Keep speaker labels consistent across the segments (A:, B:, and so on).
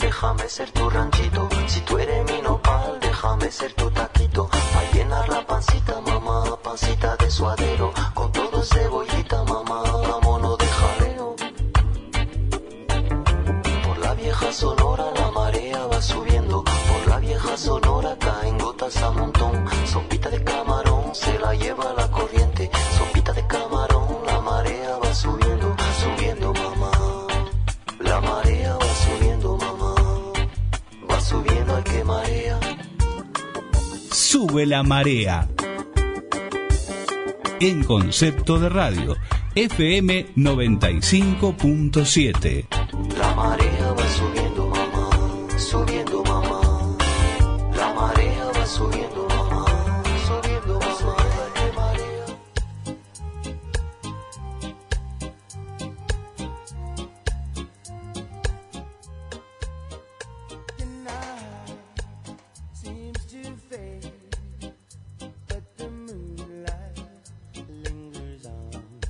A: déjame ser tu ranchito. Si tú eres mi nopal, déjame ser tu taquito. Pa' llenar la pancita, mamá, pancita de suadero. Con todo cebollita, mamá, vámonos de jaleo. Por la vieja sonora la marea va subiendo. Por la vieja sonora caen gotas a montón. Sopita de camarón se la lleva la corriente. Sopita de camarón, la marea va subiendo, subiendo, mamá. La marea va subiendo, mamá. Va subiendo al que marea.
B: Sube la marea. En concepto de radio, FM 95.7.
A: La marea va subiendo, mamá, subiendo, mamá. La marea va subiendo, mamá, subiendo, mamá. Qué marea.
C: seems to fade, but the moonlight lingers on.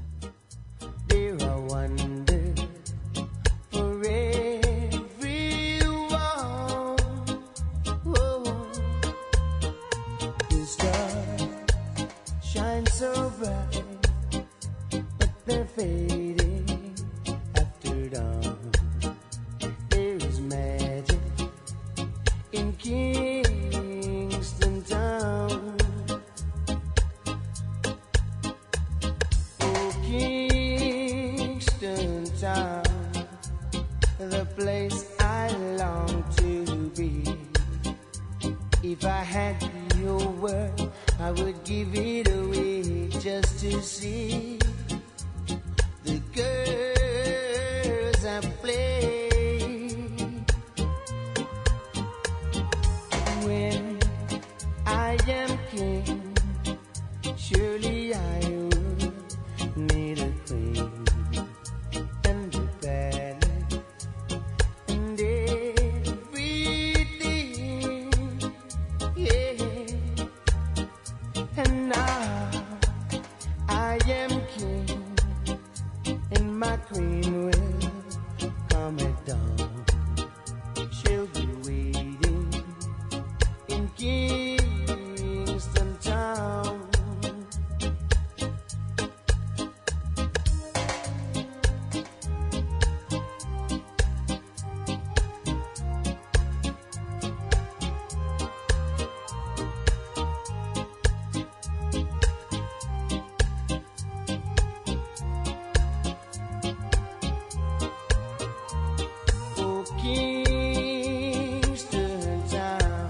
C: There are wonders for everyone. Oh, the stars shine so bright, but they're fading after dawn. There is magic in Kingston Town. Oh, Kingston Town, the place I long to be. If I had your word, I would give it away just to see the girls I play when I am king, surely I will need a queen and a palace and everything, yeah. And now I am king, and my queen will come at dawn. She'll be waiting in Kingston Town. Oh, Kingston Town,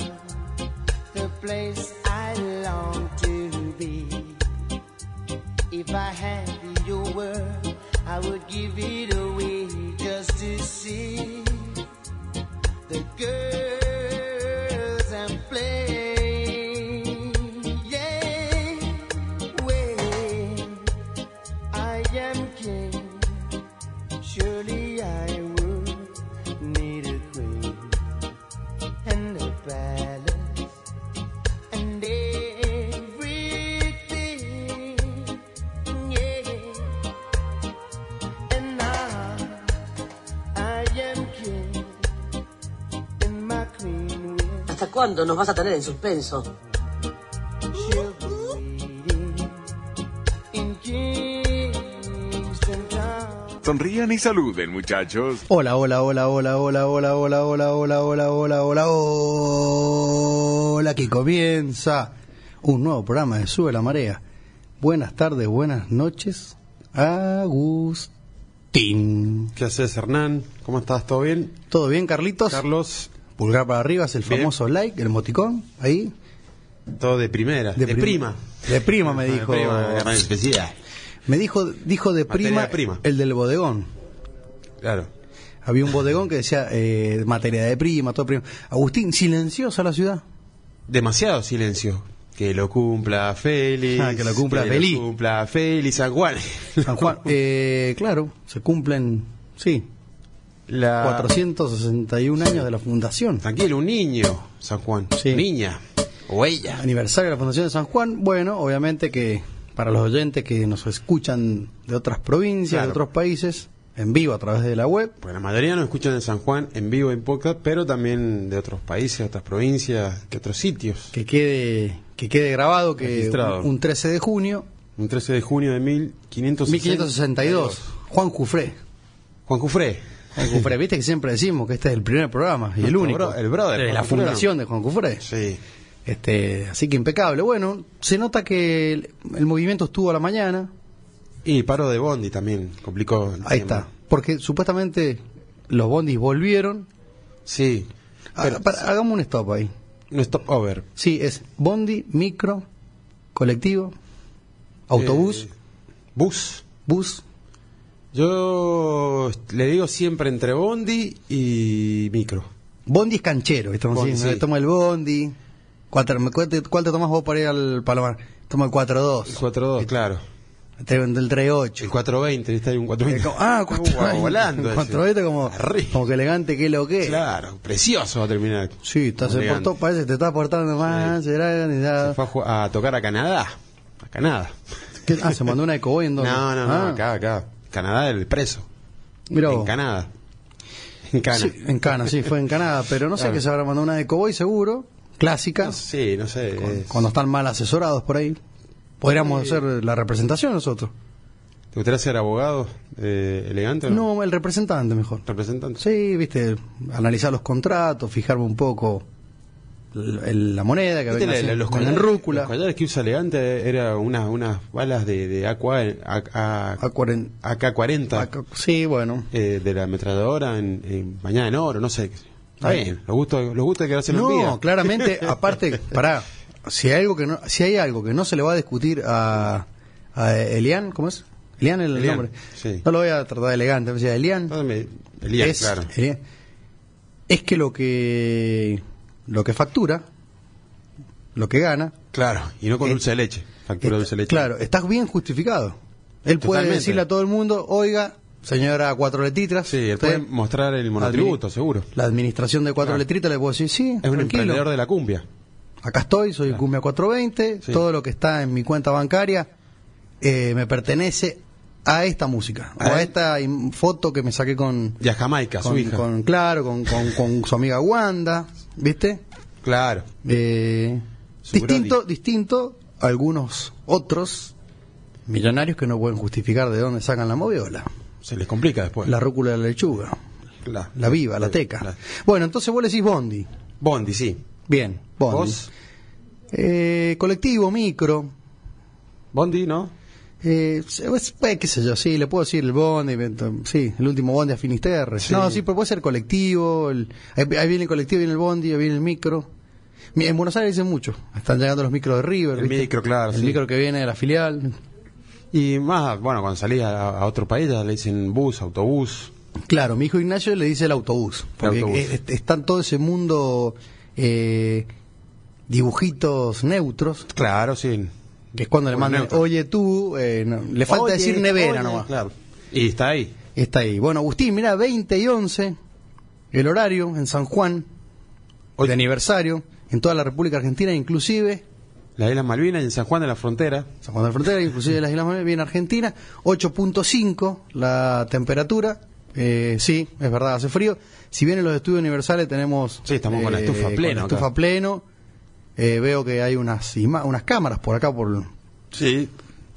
C: the place I long to be. If I had your word, I would give it away just to see the girls and play. Yeah, wait, I am king. Surely I would need a queen and a palace and everything. Yeah. And now I am king and my queen will
D: ¿Hasta cuándo nos vas a tener en suspenso?
C: she'll be waiting in Kingston Town.
E: Sonrían y saluden, muchachos.
F: Hola, hola, hola, hola, hola, hola, hola, hola, hola, hola, hola, hola, hola, que comienza un nuevo programa de Sube la Marea. Buenas tardes, buenas noches, Agustín.
G: ¿Qué haces, Hernán? ¿Cómo estás? ¿Todo bien?
F: ¿Todo bien, Carlitos?
G: Carlos,
F: Pulgar para arriba es el
G: Bien.
F: famoso like, el emoticón, ahí.
G: todo de primera. De,
F: prim-
G: prima.
F: De prima, me dijo.
G: De prima, Hernán Especida.
F: Me dijo, dijo de
G: Materia
F: prima,
G: prima.
F: el del bodegón.
G: Claro.
F: Había un bodegón que decía eh, materia de prima, todo prima. Agustín, silenciosa la ciudad.
G: Demasiado silencio. Que lo cumpla Félix.
F: Ah, que lo cumpla Félix.
G: cumpla Félix San Juan.
F: San Juan, eh, claro, se cumplen, sí,
G: La...
F: 461 años de la fundación.
G: Tranquilo, un niño, San Juan.
F: Sí.
G: Niña. O ella.
F: Aniversario de la fundación de San Juan. Bueno, obviamente que para los oyentes que nos escuchan de otras provincias,
G: Claro.
F: de otros países, en vivo a través de la web.
G: Porque la mayoría nos escuchan en San Juan, en vivo, en podcast, pero también de otros países, otras provincias, de otros sitios.
F: Que quede, que quede grabado que
G: Registrado.
F: un, un 13 de junio,
G: Un 13 de junio de 1562.
F: 1562, Juan Cufré.
G: Juan Cufré.
F: Juan Cufré, viste que siempre decimos que este es el primer programa y el
G: Nuestro
F: único.
G: bro- el brother,
F: De
G: Juan
F: la
G: Cufré.
F: fundación de Juan Cufré.
G: Sí.
F: Este, así que impecable. Bueno, se nota que el, el movimiento estuvo a la mañana.
G: Y paro de Bondi también, complicó. el
F: Ahí
G: tema.
F: está. Porque supuestamente los bondis volvieron.
G: Sí.
F: Ah,
G: Pero-
F: para- hagamos un stop ahí.
G: Un stopover.
F: Sí, es bondi, micro, colectivo, autobús,
G: Eh, bus.
F: bus.
G: Yo le digo siempre entre Bondi y micro.
F: Bondi es canchero, ¿viste? Como
G: Bondi,
F: si, ¿no?
G: sí.
F: Toma el bondi. Cuatro, me- ¿cuál, te, cuál te tomás vos para ir al Palomar? Toma el 4-2.
G: El 4-2, claro.
F: Te venden este, el
G: El
F: 3-8.
G: 420, ¿viste? Hay un
F: Eh,
G: 420.
F: como- Ah,
G: Como
F: 4-20.
G: volando. ese.
F: 4-20 como,
G: Arriba.
F: como que elegante que lo que. es.
G: Claro, precioso va a terminar.
F: Sí, estás
G: Como
F: se portó,
G: elegante.
F: parece que te estás portando más. será, ni nada.
G: Se fue a ju- a, tocar a Canadá. A Canadá.
F: ¿Qué? Ah, se mandó una de Cowboy en
G: No,
F: dónde?
G: no, no,
F: Ah,
G: acá, acá. Canadá el preso.
F: mirá
G: En
F: vos.
G: Canadá. En Cana.
F: Sí, en Cana, sí, fue en Canadá, pero no sé
G: Claro.
F: que se habrá mandado una de Cowboy seguro, clásica,
G: No, sí, no sé.
F: cu-
G: es-
F: cuando están mal asesorados por ahí. Podríamos hacer la representación nosotros.
G: ¿Te gustaría ser abogado eh, elegante o no?
F: No, el representante mejor.
G: ¿Representante?
F: Sí, viste, analizar los contratos, fijarme un poco l- el- la moneda que
G: ¿Viste
F: venga
G: la-
F: así,
G: la- Este los,
F: venga en
G: collares,
F: rúcula.
G: los collares que usa elegante era unas unas balas de, de aqua, a,
F: A cuaren-
G: AK-40
F: a- sí, bueno.
G: eh, de la ametralladora en, en bañada en oro, no sé. Está
F: Ah.
G: bien, los gustos, los gustos que hacen los
F: No,
G: días.
F: claramente, aparte, pará, si hay algo que no, si hay algo que no se le va a discutir a, a Elian, ¿cómo es? Elian el
G: Elian,
F: nombre.
G: sí.
F: No lo voy a tratar elegante, o sea, Elian
G: Elías,
F: es,
G: claro.
F: Elian- es que lo que lo que factura, lo que gana,
G: Claro, y no con
F: Eh,
G: dulce de leche. Factura
F: está-
G: dulce de leche.
F: claro, estás bien justificado. Él puede
G: Totalmente.
F: decirle a todo el mundo, oiga, señora cuatro letritas,
G: Sí, él
F: usted-
G: puede mostrar el monotributo,
F: Admi-
G: seguro.
F: la administración de cuatro
G: Claro.
F: letritas le puedo decir, sí,
G: Es un
F: tranquilo.
G: emprendedor de la cumbia.
F: Acá estoy, soy Cumbia 420,
G: Sí.
F: todo lo que está en mi cuenta bancaria eh, me pertenece a esta música, o
G: A
F: a
G: él.
F: esta im- foto que me saqué con,
G: Y a Jamaica, su
F: con-
G: hija.
F: con- claro, con, con- con su amiga Wanda, ¿viste?
G: Claro.
F: Eh,
G: Su
F: distinto,
G: Brody.
F: distinto a algunos otros millonarios que no pueden justificar de dónde sacan la moviola,
G: Se les complica después.
F: la rúcula de la lechuga,
G: La-
F: la viva, la teca. Bueno, entonces vos le decís Bondi.
G: Bondi, sí.
F: Bien, Bondi.
G: ¿Vos?
F: Eh, colectivo, micro,
G: Bondi, ¿no?
F: Eh, se- pues, pues, qué sé yo, sí, le puedo decir el bondi, ent- sí, el último bondi a Finisterre.
G: Sí.
F: No, sí, pero puede ser colectivo, el- ahí, ahí viene el colectivo, viene el bondi, ahí viene el micro. Mi- En Buenos Aires dicen mucho, están llegando los micros de River.
G: El micro, claro,
F: El
G: sí.
F: micro que viene de la filial.
G: Y más, bueno, cuando salís a, a otro país ya le dicen bus, autobús.
F: Claro, mi hijo Ignacio le dice el autobús, porque
G: autobús.
F: es- es- está en todo ese mundo eh, dibujitos neutros,
G: Claro, sí.
F: que es cuando le
G: Bueno,
F: mandan,
G: neutro.
F: oye tú, eh, no, le falta
G: Pues Oye,
F: decir nevera
G: oye,
F: nomás.
G: Claro. Y está ahí.
F: Está ahí. Bueno, Agustín, mira, 20 y 11, el horario en San Juan,
G: Hoy-
F: de aniversario, en toda la República Argentina, inclusive,
G: Las Islas Malvinas y en San Juan de la Frontera.
F: San Juan de la Frontera, inclusive las Islas Malvinas, bien Argentina, 8.5 la temperatura. Eh, sí, es verdad, hace frío. Si bien en los estudios universales tenemos... eh,
G: Sí, estamos con la estufa
F: con
G: pleno
F: la
G: acá.
F: estufa pleno. Eh, veo que hay unas, ima- unas cámaras por acá, por,
G: Sí.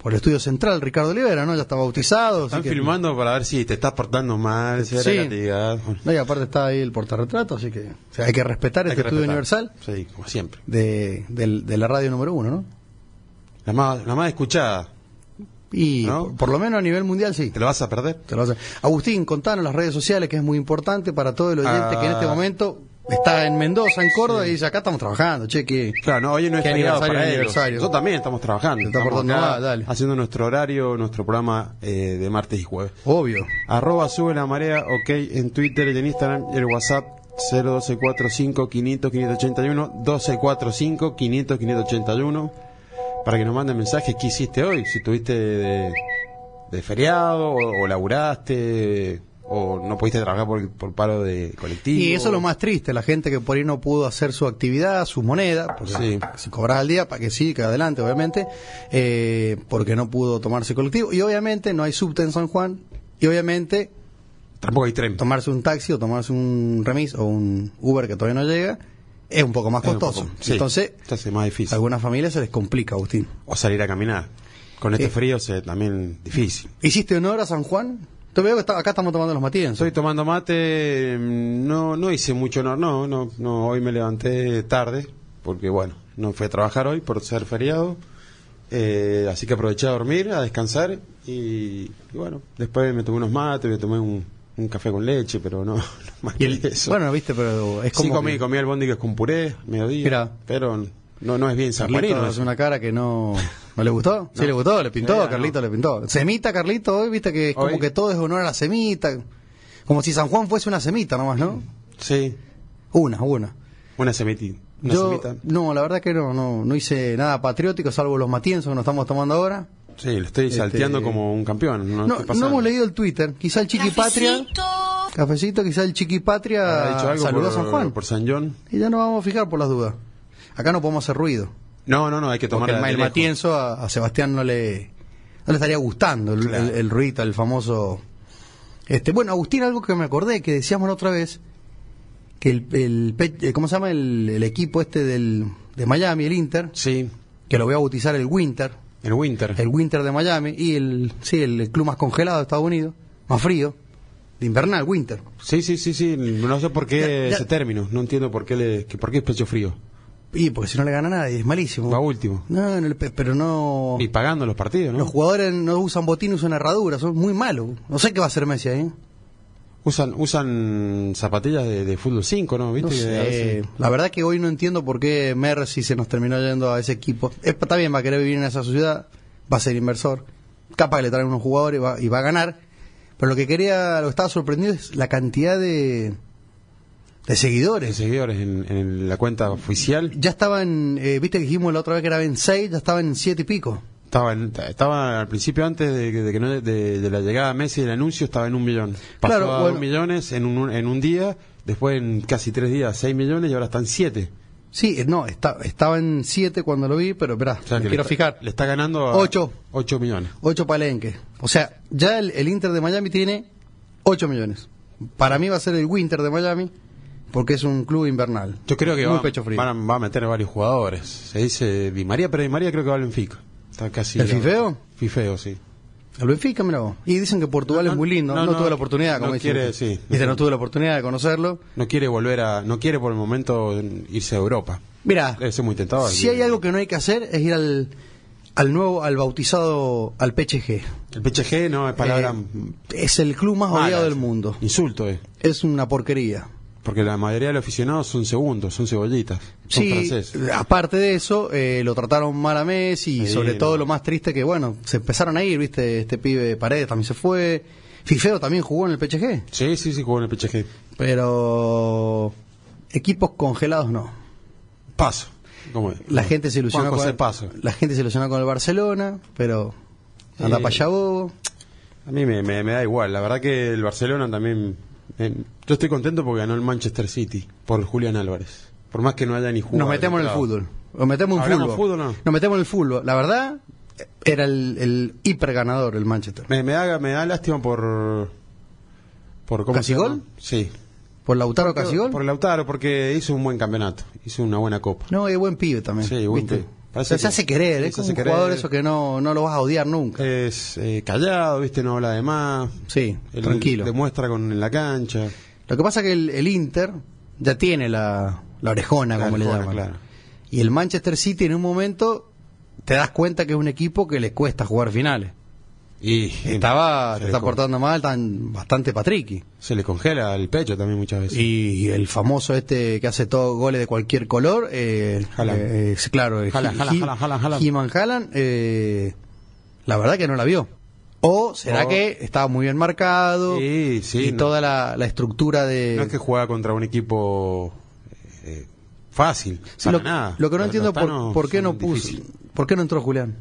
F: por el estudio central, Ricardo Olivera, ¿no? Ya está bautizado. así
G: Están
F: que-
G: filmando para ver si te estás portando mal, si hay
F: Sí.
G: regateidad. Bueno,
F: No, y aparte está ahí el portarretrato, así que o sea, hay que respetar
G: hay
F: este
G: que
F: estudio
G: respetar.
F: universal
G: Sí, como siempre.
F: de, del- de la radio número uno, ¿no?
G: La más, la más escuchada.
F: Y
G: ¿No?
F: por, por lo menos a nivel mundial sí.
G: ¿Te la vas a perder?
F: Te lo hace. Agustín, contanos las redes sociales, que es muy importante para todo el oyente que en este
G: Ah.
F: momento está en Mendoza, en Córdoba, y dice, acá estamos trabajando, che, que...
G: Claro, no, hoy no es
F: Qué
G: feriado
F: aniversario,
G: para ellos.
F: aniversario.
G: Nosotros también estamos trabajando.
F: Te está
G: estamos
F: portando
G: acá
F: mal, dale.
G: haciendo nuestro horario, nuestro programa eh, de martes y jueves.
F: Obvio.
G: Arroba sube la marea, ok, en Twitter y en Instagram y el WhatsApp 01245 500 581 1245 500 581 para que nos manden mensajes qué hiciste hoy, si tuviste de, de feriado o, o laburaste o no pudiste trabajar por, por paro de colectivo.
F: Y eso es lo más triste, la gente que por ahí no pudo hacer su actividad, su moneda, porque
G: Sí.
F: si cobras al día, para que sí, que adelante, obviamente, eh, porque no pudo tomarse colectivo. Y obviamente no hay subte en San Juan, y obviamente
G: Tampoco hay tren.
F: tomarse un taxi o tomarse un remis o un Uber que todavía no llega es un poco más
G: Es un
F: costoso.
G: poco- sí,
F: Entonces,
G: se hace más difícil.
F: a algunas familias se les complica, Agustín.
G: O salir a caminar. Con este
F: Sí.
G: frío se, también difícil.
F: ¿Hiciste honor a San Juan? Te veo que está- acá estamos tomando los matías.
G: Estoy tomando mate, mm, no, no hice mucho honor, no, no, no, hoy me levanté tarde, porque bueno, no fui a trabajar hoy por ser feriado, eh, así que aproveché a dormir, a descansar, y, y bueno, después me tomé unos mates, me tomé un, un café con leche, pero no, no más
F: Y el-
G: que eso.
F: Bueno, viste, pero es como
G: sí comí,
F: que-
G: comí albóndigas con puré, mediodía,
F: Mirá.
G: pero no, no es bien
F: Carlito
G: sanjuanino
F: hace
G: eso.
F: una cara que no, no le gustó. Sí le gustó, le pintó,
G: Sí, no.
F: Carlito le pintó. Semita, Carlito, hoy viste que es como
G: Hoy-
F: que todo es honor a la semita. Como si San Juan fuese una semita nomás, ¿no?
G: Sí,
F: Una, una.
G: una semitita. Una
F: Yo,
G: semita.
F: no, la verdad que no, no, no hice nada patriótico, salvo los matienzos que nos estamos tomando ahora.
G: Sí, lo estoy
F: Este-
G: salteando como un campeón. No,
F: No,
G: estoy
F: no
G: pasando.
F: hemos leído el Twitter. Quizá el Chiqui Patria. Cafecito, quizá el Chiqui
G: ¿Habrá dicho
F: Patria
G: algo
F: saludó
G: por,
F: a San Juan.
G: por San John?
F: Y ya nos vamos a fijar por las dudas. Acá no podemos hacer ruido.
G: No, no, no, hay que tomar
F: Porque el, el matienzo a, a Sebastián no le, no le estaría gustando el,
G: Claro.
F: el- el ruido, el famoso. Este, bueno, Agustín, algo que me acordé que decíamos la otra vez, que el, el pe- eh, ¿cómo se llama el, el equipo este del, de Miami, el Inter,
G: Sí,
F: que lo voy a bautizar el Winter,
G: el Winter.
F: el Winter de Miami y el sí, el, club más congelado de Estados Unidos, más frío, de invernal, Winter.
G: Sí, sí, sí, sí. No sé por qué
F: Ya, ya.
G: ese término. No entiendo por qué, le, que- por qué es pecho frío.
F: Y porque si no le gana a nadie, es malísimo.
G: Va último.
F: No, no, pe- pero no
G: Y pagando los partidos,
F: Los
G: ¿no?
F: jugadores no usan botín, usan herradura, son muy malos. No sé qué va a hacer Messi ahí.
G: Usan usan zapatillas de, de fútbol 5, ¿no? ¿Viste?
F: No
G: Que a
F: sé.
G: veces-
F: La verdad que hoy no entiendo por qué Mercy se nos terminó yendo a ese equipo. Es- Está bien, va a querer vivir en esa ciudad, va a ser inversor, capaz que le traen unos jugadores y va, y va a ganar. Pero lo que quería, lo que estaba sorprendido es la cantidad de, de
G: de
F: seguidores.
G: seguidores en, en la cuenta oficial.
F: Ya estaban, eh, viste que dijimos la otra vez que era en 6, ya estaban en 7 y pico.
G: Estaba, en- estaba al principio, antes de, que- de que no- de, de la llegada de Messi del anuncio, estaba en un millón. Pasó
F: Claro,
G: a
F: bueno.
G: dos millones en un, en un día, después en casi tres días, seis millones y ahora están siete.
F: Sí, eh, no, está, estaba en 7 cuando lo vi, pero esperá,
G: O sea,
F: me
G: que
F: quiero
G: le está-
F: fijar.
G: Le está ganando a
F: Ocho.
G: ocho millones.
F: 8 palenques. O sea, ya el, el Inter de Miami tiene 8 millones. Para mí va a ser el Winter de Miami porque es un club invernal.
G: Yo creo que
F: Muy
G: va,
F: pecho frío.
G: van a, va a meter a varios jugadores. Se dice Di María, pero Di María creo que va al Benfica. Está casi
F: ¿El Fifeo?
G: Fifeo, sí.
F: El Benfica, mira vos. Y dicen que Portugal
G: No,
F: es
G: no,
F: muy lindo. No,
G: no, no,
F: tuve la oportunidad,
G: no
F: como dicen.
G: quiere, sí.
F: Dice, no tuve la oportunidad de conocerlo.
G: No quiere volver a. No quiere por el momento irse a Europa.
F: Mira,
G: Debe ser muy tentador.
F: si hay algo que no hay que hacer es ir al, al nuevo, al bautizado, al PCG.
G: El PCG no es palabra.
F: Eh, es el club más
G: mala,
F: odiado del
G: es-
F: mundo.
G: Insulto es.
F: Es una porquería.
G: Porque la mayoría de los aficionados son segundos, son cebollitas. Son
F: Sí,
G: franceses.
F: aparte de eso, eh, lo trataron mal a Messi y
G: Sí,
F: sobre todo
G: no.
F: lo más triste que, bueno, se empezaron a ir, viste, este pibe de Paredes también se fue, Fifeo también jugó en el PSG,
G: Sí, sí, sí, jugó en el PCG.
F: pero equipos congelados no.
G: Paso. ¿Cómo es?
F: La gente se ilusionó
G: Juan José
F: con
G: Paso.
F: la gente se ilusionó con el Barcelona, pero anda
G: Eh.
F: para allá bobo.
G: A mí me, me- me da igual. La verdad que el Barcelona también. eh, yo estoy contento porque ganó el Manchester City por Julián Álvarez. Por más que no haya ni jugado.
F: Nos metemos en el
G: arbitrado.
F: fútbol. Nos metemos en
G: ¿Hablamos
F: fútbol.
G: fútbol o no?
F: Nos metemos en el fútbol. La verdad, era el, el hiper ganador el Manchester.
G: Me, me da, me da lástima por. por ¿cómo se
F: ¿Casigol?
G: llama? Sí.
F: Por Lautaro Casigol.
G: Por Lautaro, porque hizo un buen campeonato. Hizo una buena copa.
F: No, es buen pibe también.
G: Sí, buen
F: ¿viste?
G: pibe. Parece
F: Pero se
G: que-
F: hace querer,
G: sí, se
F: es como
G: hace
F: un jugador
G: querer.
F: eso que no, no lo vas a odiar nunca.
G: Es eh, callado, ¿viste? No habla de más.
F: sí,
G: Él
F: tranquilo.
G: Demuestra con, en la cancha.
F: Lo que pasa es que el, el Inter ya tiene la, la orejona,
G: La
F: como le
G: orejona,
F: llaman.
G: claro.
F: Y el Manchester City en un momento te das cuenta que es un equipo que le cuesta jugar finales.
G: Y eh,
F: Estaba,
G: se
F: te
G: le
F: está
G: con-
F: portando mal, tan bastante patriqui.
G: Se le congela el pecho también muchas veces.
F: Y el famoso este que hace todos goles de cualquier color, eh,
G: Haaland.
F: eh, es- claro, eh,
G: Haaland,
F: He-
G: Haaland,
F: He-
G: Haaland, Haaland, Haaland.
F: He-Man Haaland, eh, la verdad que no la vio. O será
G: O-
F: que estaba muy bien marcado
G: Sí, sí,
F: y
G: no.
F: toda la, la estructura de...
G: No es que jugaba contra un equipo eh, fácil,
F: Sí,
G: para
F: lo,
G: nada.
F: lo que no
G: Los
F: entiendo por,
G: tanos
F: por qué
G: son
F: no puso,
G: difíciles.
F: por qué no entró Julián.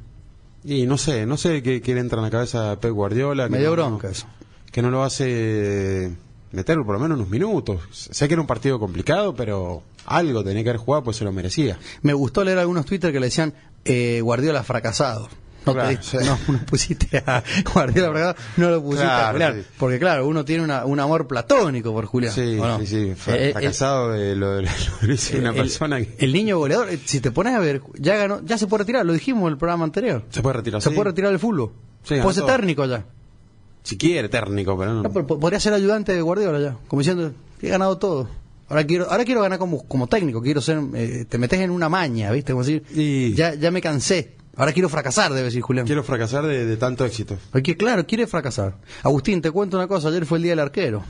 G: Y no sé, no sé qué, qué le entra en la cabeza a Pep Guardiola. que
F: Me dio
G: no-
F: bronca eso.
G: Que no lo hace eh, meterlo por lo menos unos minutos. Sé que era un partido complicado, pero algo tenía que haber jugado, pues se lo merecía.
F: Me gustó leer algunos Twitter que le decían eh, Guardiola fracasado. No,
G: Claro,
F: pediste-
G: sí.
F: no, no pusiste a Guardiola Bragado, no lo pusiste a
G: Claro,
F: Julián.
G: sí.
F: Porque claro, uno tiene una- un amor platónico por Julián.
G: Sí,
F: ¿o no?
G: sí, sí, fra-
F: Eh, eh,
G: fracasado de lo de lo que hizo una
F: el-
G: persona que...
F: El niño goleador, eh, si te pones a ver, ya ganó, ya se puede retirar, lo dijimos en el programa anterior.
G: Se puede retirar,
F: Se
G: sí.
F: puede retirar del fútbol.
G: Sí,
F: puede ser
G: anotó.
F: técnico ya.
G: Si quiere, técnico, pero no.
F: No, pero po- podría ser ayudante de Guardiola ya, como diciendo, he ganado todo. Ahora quiero, ahora quiero ganar como, como técnico, quiero ser, eh, te metes en una maña, ¿viste? Como decir,
G: Y-
F: ya, ya me cansé, ahora quiero fracasar, debe decir Julián.
G: Quiero fracasar de, de tanto éxito.
F: Porque claro, quiere fracasar. Agustín, te cuento una cosa, ayer fue el día del arquero,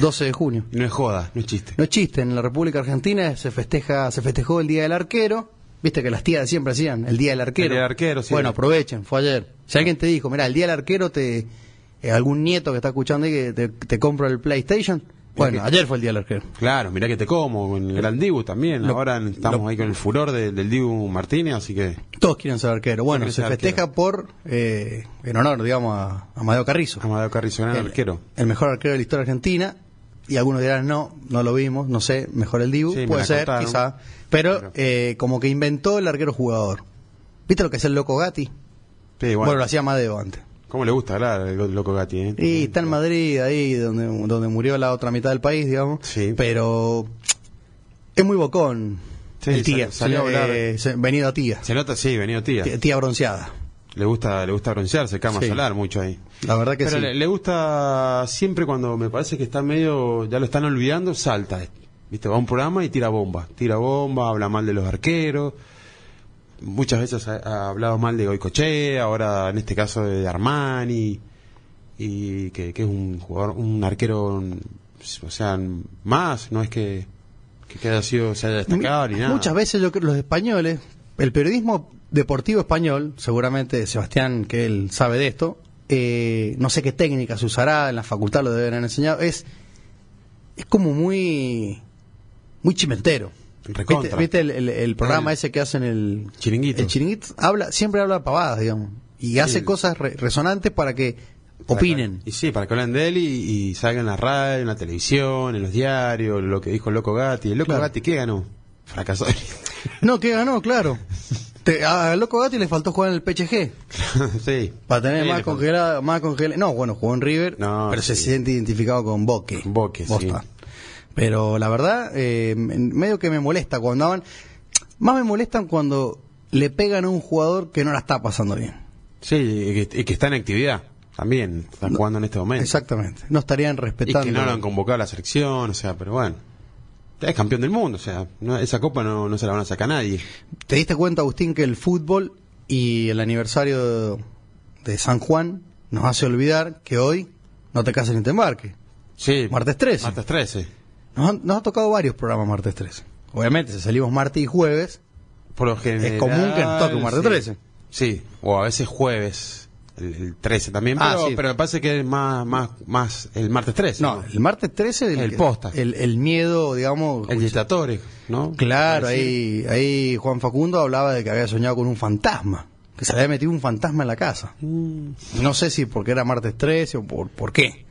F: 12 de junio.
G: No es joda, no es chiste.
F: No es chiste, en la República Argentina se festeja, se festejó el Día del Arquero. Viste que las tías siempre hacían el Día del Arquero.
G: El Día del Arquero, sí.
F: Bueno, aprovechen, fue ayer. Si alguien te dijo, mira, el Día del Arquero te eh, algún nieto que está escuchando ahí que te, te compra el PlayStation. Bueno,
G: Ok.
F: ayer fue el Día del Arquero.
G: Claro, mirá que te como, en el Gran Dibu también.
F: Lo-
G: Ahora estamos
F: lo-
G: ahí con el furor de- del Dibu Martínez, así que...
F: Todos quieren ser arquero. Bueno,
G: quieren
F: se
G: ser
F: festeja
G: arquero.
F: por eh, en honor, digamos, a a Amadeo Carrizo.
G: Amadeo Carrizo, gran Ah,
F: Eh,
G: arquero.
F: el mejor arquero de la historia argentina. Y algunos dirán, no, no lo vimos, no sé, mejor el Dibu,
G: Sí, me
F: puede
G: la
F: ser,
G: contaron.
F: quizá. Pero
G: Pero-
F: eh, como que inventó el arquero jugador. ¿Viste lo que es el loco Gatti?
G: Sí, bueno,
F: Bueno, lo hacía Madeo antes.
G: ¿Cómo le gusta hablar el loco Gatti, eh?
F: Y está en Madrid, ahí donde, donde murió la otra mitad del país, digamos.
G: Sí.
F: Pero es muy bocón
G: Sí,
F: el tía.
G: sal- salió a hablar.
F: eh, se- venido a tía.
G: Se nota, sí, venido tía.
F: Tía- Tía bronceada.
G: Le gusta, le gusta broncearse, cama
F: Sí.
G: solar mucho ahí.
F: La verdad que
G: Pero
F: sí.
G: le, le gusta siempre cuando me parece que está medio, ya lo están olvidando, salta. Viste, va a un programa y tira bomba. Tira bomba, habla mal de los arqueros. Muchas veces ha, ha hablado mal de Goicochea, ahora en este caso de Armani. Y que, que es un jugador, un arquero, o sea, más, no es que, que haya sido, se haya destacado ni nada.
F: Muchas veces yo creo los españoles, el periodismo deportivo español, seguramente Sebastián, que él sabe de esto, eh, no sé qué técnicas usará, en la facultad lo deben haber enseñado, es, es como muy, muy chimentero.
G: Recontra.
F: ¿Viste, viste el, el- el programa
G: El-
F: ese que hacen el
G: Chiringuito.
F: El chiringuito habla, siempre habla pavadas, digamos, y hace cosas re- resonantes para que
G: Para que-
F: opinen.
G: y sí, para que hablen de él y, y salga en la radio, en la televisión, en los diarios, lo que dijo el Loco Gatti. ¿El Loco
F: Claro.
G: Gatti qué ganó? Fracasó.
F: No, que ganó, claro. Te, a a Loco Gatti le faltó jugar en el PCG.
G: sí.
F: Para tener
G: Sí,
F: más
G: le faltó.
F: congelada, más congelada. No, bueno, jugó en River,
G: No,
F: pero se
G: sí.
F: siente identificado con Boque.
G: Con Boque, sí.
F: Bosta. Pero la verdad, eh, m- medio que me molesta cuando daban. Más me molestan cuando le pegan a un jugador que no la está pasando bien.
G: Sí, y que, y que está en actividad también. Está jugando en este momento.
F: Exactamente. No estarían
G: Y
F: respetando.
G: que no lo han convocado a la selección, o sea, pero bueno. Es campeón del mundo, o sea, no- esa copa no, no se la van a sacar a nadie.
F: ¿Te diste cuenta, Agustín, que el fútbol y el aniversario de, de San Juan nos hace olvidar que hoy no te cases ni te embarques?
G: Sí.
F: Martes 13.
G: Martes 13.
F: Nos han, nos ha tocado varios programas martes 13. Obviamente, si salimos martes y jueves,
G: Por lo general,
F: común que nos toque un martes
G: sí.
F: 13.
G: Sí, o a veces jueves, el, el 13 también,
F: Ah,
G: pero,
F: sí.
G: pero me parece que es más, más, más el martes 13.
F: No, el martes 13
G: El posta.
F: Este, El, el miedo, digamos.
G: El dictador, ¿no?
F: claro,
G: Es decir,
F: ahí, ahí Juan Facundo hablaba de que había soñado con un fantasma. Que se le había metido un fantasma en la casa. No sé si porque era martes 13 o por, por qué.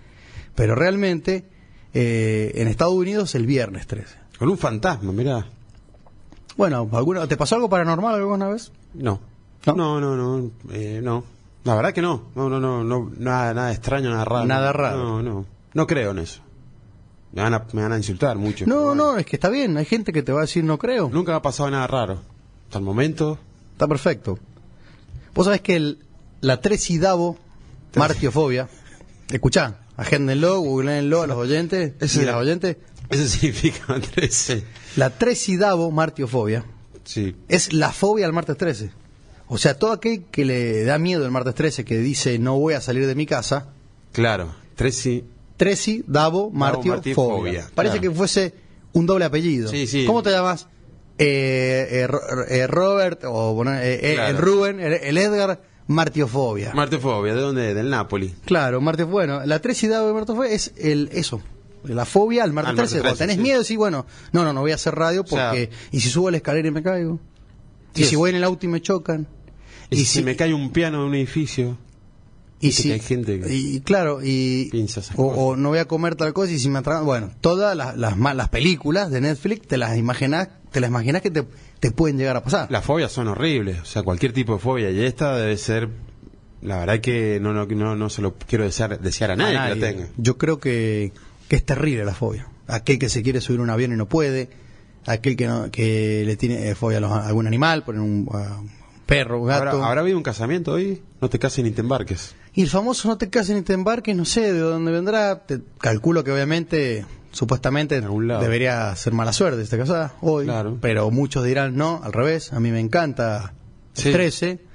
F: Pero realmente, eh, en Estados Unidos el viernes 13.
G: Con un fantasma, mirá.
F: Bueno, ¿alguna, ¿te pasó algo paranormal alguna vez?
G: No.
F: ¿No?
G: No, no, no, no. eh, no. La verdad que no. No, no, no, no, Nada, nada extraño, nada raro.
F: Nada raro.
G: No, no. No creo en eso. Me van a, me van a insultar mucho.
F: No,
G: pero bueno.
F: no, es que está bien. Hay gente que te va a decir no creo.
G: Nunca me ha pasado nada raro. Hasta el momento.
F: Está perfecto. Vos sabés que el, la tresidavo, martiofobia, escuchá, agéndenlo, googleenlo a los oyentes
G: Ese-
F: y las oyentes.
G: Eso significa 13.
F: La tresidavo, martiofobia,
G: Sí.
F: es la fobia al martes 13. O sea, todo aquel que le da miedo el martes 13, que dice no voy a salir de mi casa,
G: Claro. 13.
F: Tresi Davo Martiofobia.
G: martiofobia,
F: Parece
G: claro.
F: que fuese un doble apellido.
G: Sí, sí.
F: ¿Cómo te llamas? Eh, eh, Ro- eh, Robert o bueno, eh, eh,
G: Claro.
F: el Rubén, el, el Edgar Martiofobia.
G: Martefobia, ¿de dónde? Del Napoli.
F: Claro, martes, bueno, la tresidad de martes fue es el eso, la fobia al martes
G: Al
F: 13.
G: martes
F: Cuando tenés
G: 13, sí.
F: miedo, decís, bueno, no, no, no voy a hacer radio
G: O sea,
F: porque. ¿Y si subo a la escalera y me caigo? ¿Y
G: Sí,
F: si
G: es-
F: voy en el auto y me chocan?
G: Y, si, me cae un piano de un edificio.
F: y
G: viste
F: si-
G: que hay gente que-
F: y claro, y.
G: Piensa esas
F: o,
G: cosas.
F: o no voy a comer tal cosa y si me atrapan. Bueno, todas las, las malas películas de Netflix te las imaginas te las imaginas que te, te pueden llegar a pasar.
G: Las fobias son horribles, o sea, cualquier tipo de fobia. Y esta debe ser. La verdad que no, no, no, no se lo quiero desear, desear a nadie,
F: A
G: que
F: nadie.
G: la tenga.
F: Yo creo que, que es terrible la fobia. Aquel que se quiere subir a un avión y no puede, aquel que, no- que le tiene eh, fobia a, los- a algún animal, por un, a un perro, un
G: ¿Habrá,
F: gato.
G: ¿Habrá habido un casamiento hoy? No te cases ni te embarques.
F: Y el famoso no te cases ni te embarques, no sé de dónde vendrá. Te calculo que obviamente, supuestamente,
G: De algún lado.
F: debería ser mala suerte si está casada hoy.
G: Claro.
F: Pero muchos dirán, no, al revés, a mí me encanta el
G: Sí.
F: 13.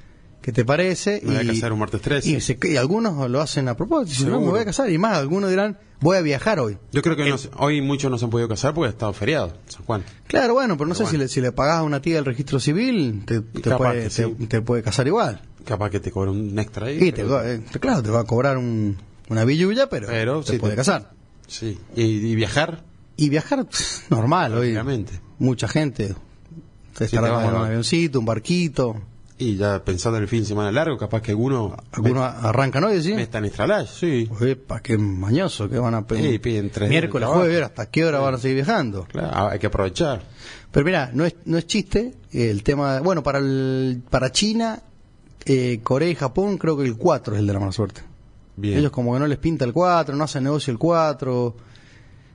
F: ¿Qué te parece?
G: Me voy a casar un martes 13.
F: Y, se- y algunos lo hacen a propósito. No, me
G: Seguro.
F: voy a casar. Y más, algunos dirán, voy a viajar hoy.
G: Yo creo que no se- hoy muchos no se han podido casar porque ha estado feriado, San Juan.
F: Claro, bueno, pero no sé
G: bueno.
F: si le, si le pagás a una tía el registro civil, te, te
G: Capaz
F: puede,
G: que
F: te,
G: sí.
F: te puede casar igual.
G: Capaz que te cobra un extra ahí.
F: Y te,
G: pero-
F: va- eh, claro, te va a cobrar un- una billulla, pero,
G: Pero
F: te
G: sí,
F: puede
G: te-
F: casar.
G: Sí. ¿Y, y viajar?
F: Y viajar, pff, normal, hoy
G: Obviamente.
F: mucha gente. Se
G: Sí,
F: estará
G: te vas
F: en
G: a-
F: un avioncito, un barquito.
G: Y ya pensando en el fin de semana largo, capaz que alguno.
F: Algunos arrancan hoy, ¿sí?
G: Me están estralash, sí.
F: Epa, qué mañoso que van a
G: Sí, piden tres días de
F: Miércoles,
G: trabajo.
F: jueves, ¿hasta qué hora van a seguir viajando?
G: Claro, hay que aprovechar.
F: Pero mira, no es, no es chiste el tema. Bueno, para el, para China, eh, Corea y Japón, creo que el 4 es el de la mala suerte.
G: Bien.
F: Ellos, como que no les pinta el 4, no hacen negocio el 4,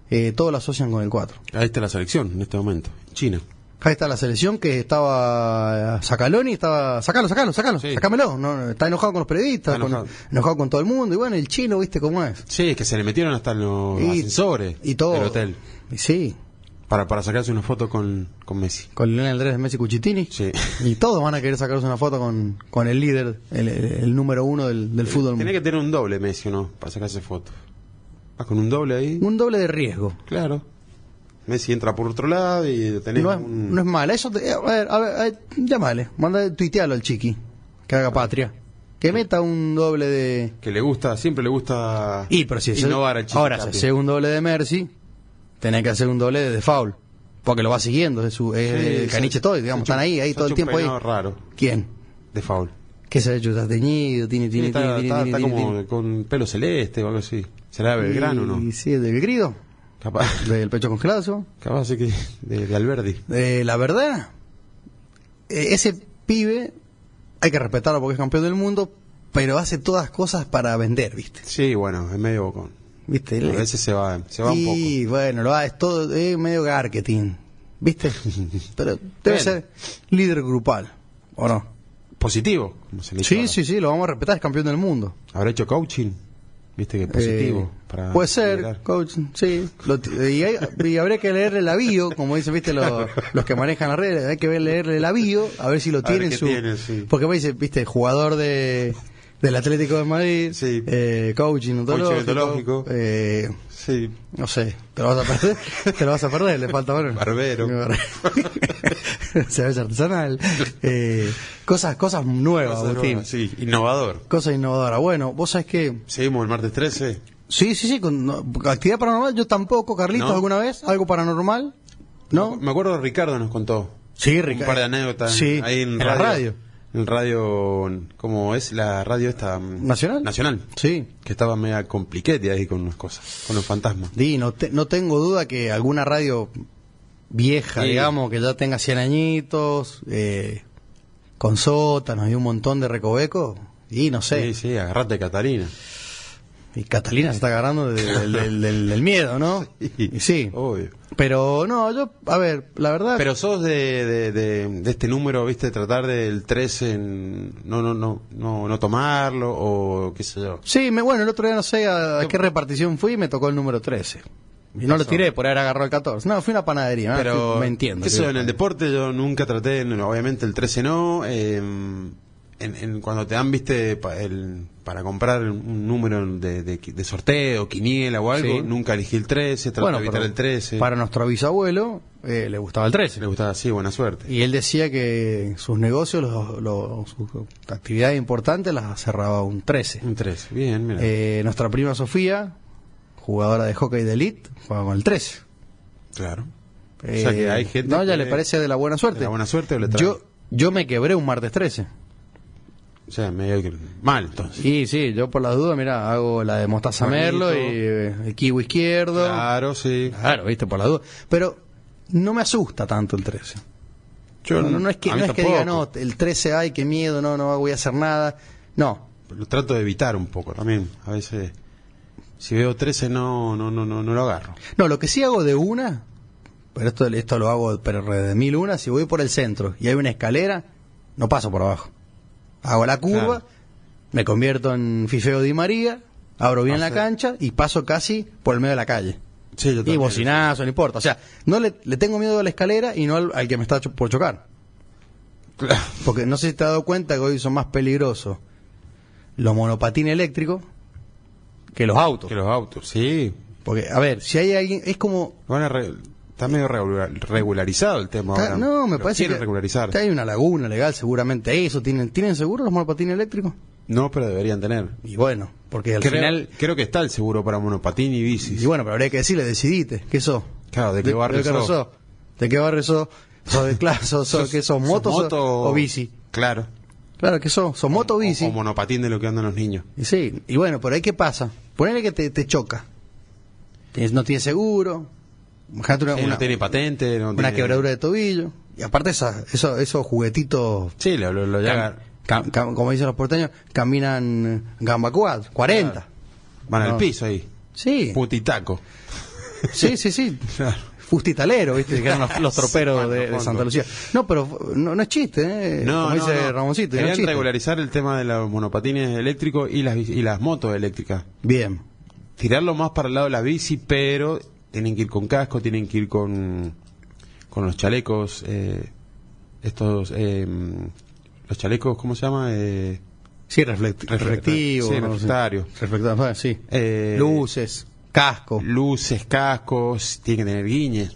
F: eh, todo lo asocian con el 4.
G: Ahí está la selección en este momento. China.
F: Acá está la selección que estaba. Sacaloni estaba. Sacalo, sacalo, sacalo,
G: Sí.
F: sacámelo. No, no, está enojado con los periodistas,
G: Está
F: con- enojado.
G: enojado.
F: Con, todo el mundo. Y bueno, el chino, viste cómo es.
G: Sí, es que se le metieron hasta en los
F: Y-
G: ascensores
F: Y todo.
G: del hotel.
F: Y sí,
G: Para, para sacarse una foto con, con Messi.
F: con Lionel Andrés Messi Cuchitini.
G: Sí.
F: Y todos van a querer sacarse una foto con, con el líder, el, el- el número uno del, del fútbol.
G: Tenía que tener un doble Messi, ¿o ¿no? Para sacarse foto. Vas con un doble ahí.
F: Un doble de riesgo.
G: Claro. Messi entra por otro lado y tenés
F: No es,
G: un-
F: no es mala. Eso te- a ver, a ver, a ver, llámale. Manda tuitealo al chiqui. Que haga patria. Que meta un doble de.
G: que le gusta, siempre le gusta
F: Y pero si es-
G: innovar al chico
F: Ahora, si
G: Tapia.
F: hace un doble de Mercy, tenés que hacer un doble de foul. Porque lo va siguiendo, es, su, es
G: Sí,
F: el
G: se-
F: caniche todo, digamos,
G: se ha
F: están ahí, ahí
G: hecho
F: todo el
G: un
F: tiempo ahí.
G: peinado raro
F: ¿Quién?
G: de foul.
F: ¿Qué se ha hecho? Está teñido, tiene, tiene,
G: está,
F: tiene,
G: está-
F: tiene,
G: está
F: tiene,
G: como
F: tiene.
G: con pelo celeste o algo así. ¿Será Belgrano o
F: Y
G: no?
F: sí, del grido,
G: Capaz,
F: del pecho congelado, eso.
G: capaz sí que de, de Alberdi.
F: Eh, la verdad, eh, ese pibe hay que respetarlo porque es campeón del mundo, pero hace todas cosas para vender, ¿viste?
G: Sí, bueno, es medio bocón.
F: ¿Viste?
G: A veces se va, se va un poco.
F: Y bueno, lo ha- es todo es medio marketing, ¿viste? Pero debe
G: Bueno.
F: ser líder grupal, ¿o no?
G: Positivo, como se le dice
F: Sí,
G: ahora.
F: sí, sí, lo vamos a respetar, es campeón del mundo.
G: ¿Habrá hecho coaching? ¿Viste que es positivo?
F: Eh,
G: para
F: puede ser,
G: liberar.
F: coach, sí. Lo t- y, hay- y habría que leerle el avío, como dicen viste los, los que manejan las redes, hay que ver- leerle el avío, a ver si lo
G: ver
F: tienen
G: qué
F: su...
G: tiene, sí.
F: Porque me dice, viste, jugador de... Del Atlético de Madrid,
G: Sí.
F: eh, coaching ontológico,
G: ontológico.
F: eh,
G: Sí,
F: No sé, te lo vas a perder, te lo vas a perder, le falta bueno.
G: Barbero.
F: Cerveza artesanal. Eh, cosas, cosas nuevas,
G: Cosas
F: Agustín.
G: nuevas, sí, innovador.
F: Cosas innovadoras. Bueno, vos sabés que.
G: Seguimos el martes 13.
F: Sí, sí, sí, con no, actividad paranormal, yo tampoco, Carlitos,
G: No.
F: alguna vez, algo paranormal. ¿No?
G: Me acuerdo Ricardo nos contó.
F: Sí, Ricardo.
G: Un par de anécdotas.
F: Sí,
G: ahí en,
F: en la
G: radio,
F: radio.
G: En radio, ¿cómo es? La radio esta. mm,
F: ¿Nacional?
G: Nacional.
F: Sí.
G: Que estaba media compliquete ahí con unas cosas, con los fantasmas.
F: Di, no, te- no tengo duda que alguna radio vieja,
G: Sí.
F: digamos, que ya tenga 100 añitos, eh, con sótanos y un montón de recovecos, y no sé.
G: Sí, sí, agarrate Catarina.
F: Y Catalina se está agarrando de- del, del- del- del miedo, ¿no? Y sí.
G: Obvio.
F: Pero no, yo, a ver, la verdad.
G: Oh. Pero sos de, de, de- de este número, viste, tratar del 13 en. No, no, no, no, no tomarlo o qué sé yo.
F: sí, me, bueno, el otro día no sé a, a qué repartición fui y me tocó el número 13. Y no lo
G: Pasó.
F: tiré por haber agarrado el 14. No, fui a una panadería, ¿no?
G: Pero
F: Ah, Sí, me entiendo.
G: Eso
F: sí.
G: en el deporte yo nunca traté, no, obviamente el 13 no. eh, en, en cuando te dan, viste, pa- el- para comprar un número de, de- de sorteo, quiniela o algo,
F: Sí.
G: nunca elegí el 13, traté
F: Bueno,
G: de evitar
F: pero
G: el 13.
F: Para nuestro bisabuelo, eh, le gustaba el 13.
G: Le gustaba así, buena suerte.
F: Y él decía que sus negocios, los- los- sus actividades importantes las cerraba un 13.
G: Un 13, bien, Mm, mira.
F: Eh, nuestra prima Sofía, jugadora de hockey de elite, juega con el 13.
G: claro. O sea
F: Eh,
G: que hay gente
F: No, ya
G: que-
F: le parece de la buena suerte.
G: de la buena suerte o le trae.
F: yo, yo me quebré un martes 13.
G: O sea, medio que- mal entonces.
F: Y sí, yo por las dudas, mira, hago la de Mostaza
G: Bonito.
F: Merlo y eh, el kiwi izquierdo.
G: Claro, sí.
F: Claro, viste, por las dudas. Pero no me asusta tanto el 13.
G: Yo
F: no, no es que,
G: a mí
F: no es que diga, no,
G: tampoco.
F: el 13, ay, qué miedo, no, no voy a hacer nada. No,
G: Lo trato de evitar un poco también. A veces, si veo 13, no, no, no, no, no lo agarro.
F: No, lo que sí hago de una, pero esto, esto lo hago pero de mil una, si voy por el centro y hay una escalera, no paso por abajo. Hago la curva,
G: Claro.
F: me convierto en Fifeo Di María, abro bien
G: Ah,
F: la
G: sí.
F: cancha y paso casi por el medio de la calle.
G: Sí, yo
F: Y
G: también.
F: bocinazo, no importa. O sea, no le, le tengo miedo a la escalera y no al, al que me está cho- por chocar.
G: Claro.
F: Porque no sé si te has dado cuenta que hoy son más peligrosos los monopatines eléctricos que los autos.
G: Que los autos, sí.
F: Porque, a ver, si hay alguien, es como
G: Ahora re- está medio regular- regularizado el tema.
F: Está-
G: ahora.
F: no, me
G: Lo
F: parece
G: quieren
F: que
G: regularizar.
F: que hay una laguna legal, seguramente eso. ¿Tienen, ¿Tienen seguro los monopatines eléctricos?
G: No, pero deberían tener.
F: Y bueno, porque al
G: creo,
F: final...
G: creo que está el seguro para monopatín y bicis.
F: Y bueno, pero habría que decirle, decidite, ¿qué sos?
G: Claro, ¿de qué barrio sos?
F: ¿De qué barrio sos? ¿Sos de clase? ¿Sos, sos, qué sos? ¿Moto, sos- o bici?
G: Claro.
F: Claro, ¿qué sos? ¿Sos moto o bici?
G: O, monopatín de lo que andan los niños.
F: Y sí, y bueno, por ahí qué pasa. Ponele que te, te choca. Tienes- no tienes seguro. Imagínate una,
G: Sí,
F: una,
G: no tiene patente. No
F: una
G: tiene-
F: quebradura de tobillo. Y aparte esas, esos, esos juguetitos
G: Sí, lo, lo, lo ya-
F: Cam- cam- como dicen los porteños, caminan eh, gambacuad, 40.
G: van al
F: No.
G: piso ahí.
F: Sí,
G: Putitaco.
F: sí, sí, sí.
G: Claro.
F: Fustitalero, ¿viste? Que eran los, los troperos
G: Bueno,
F: de, de
G: bueno.
F: Santa Lucía. No, pero no, no es chiste, ¿eh?
G: No, no,
F: como dice
G: no.
F: Ramoncito. No es
G: Querían
F: chiste.
G: regularizar el tema de los monopatines eléctricos y las, bici- y las motos eléctricas.
F: Bien.
G: Tirarlo más para el lado de la bici, pero tienen que ir con casco, tienen que ir con, con los chalecos. eh, estos. eh, los chalecos, ¿cómo se llama? Eh,
F: Sí, reflect-
G: Refle-
F: reflectivo.
G: sí,
F: no sé.
G: reflectario.
F: Reflectario, ah, sí.
G: Eh,
F: Luces, casco.
G: luces, cascos, tienen que tener guiñes.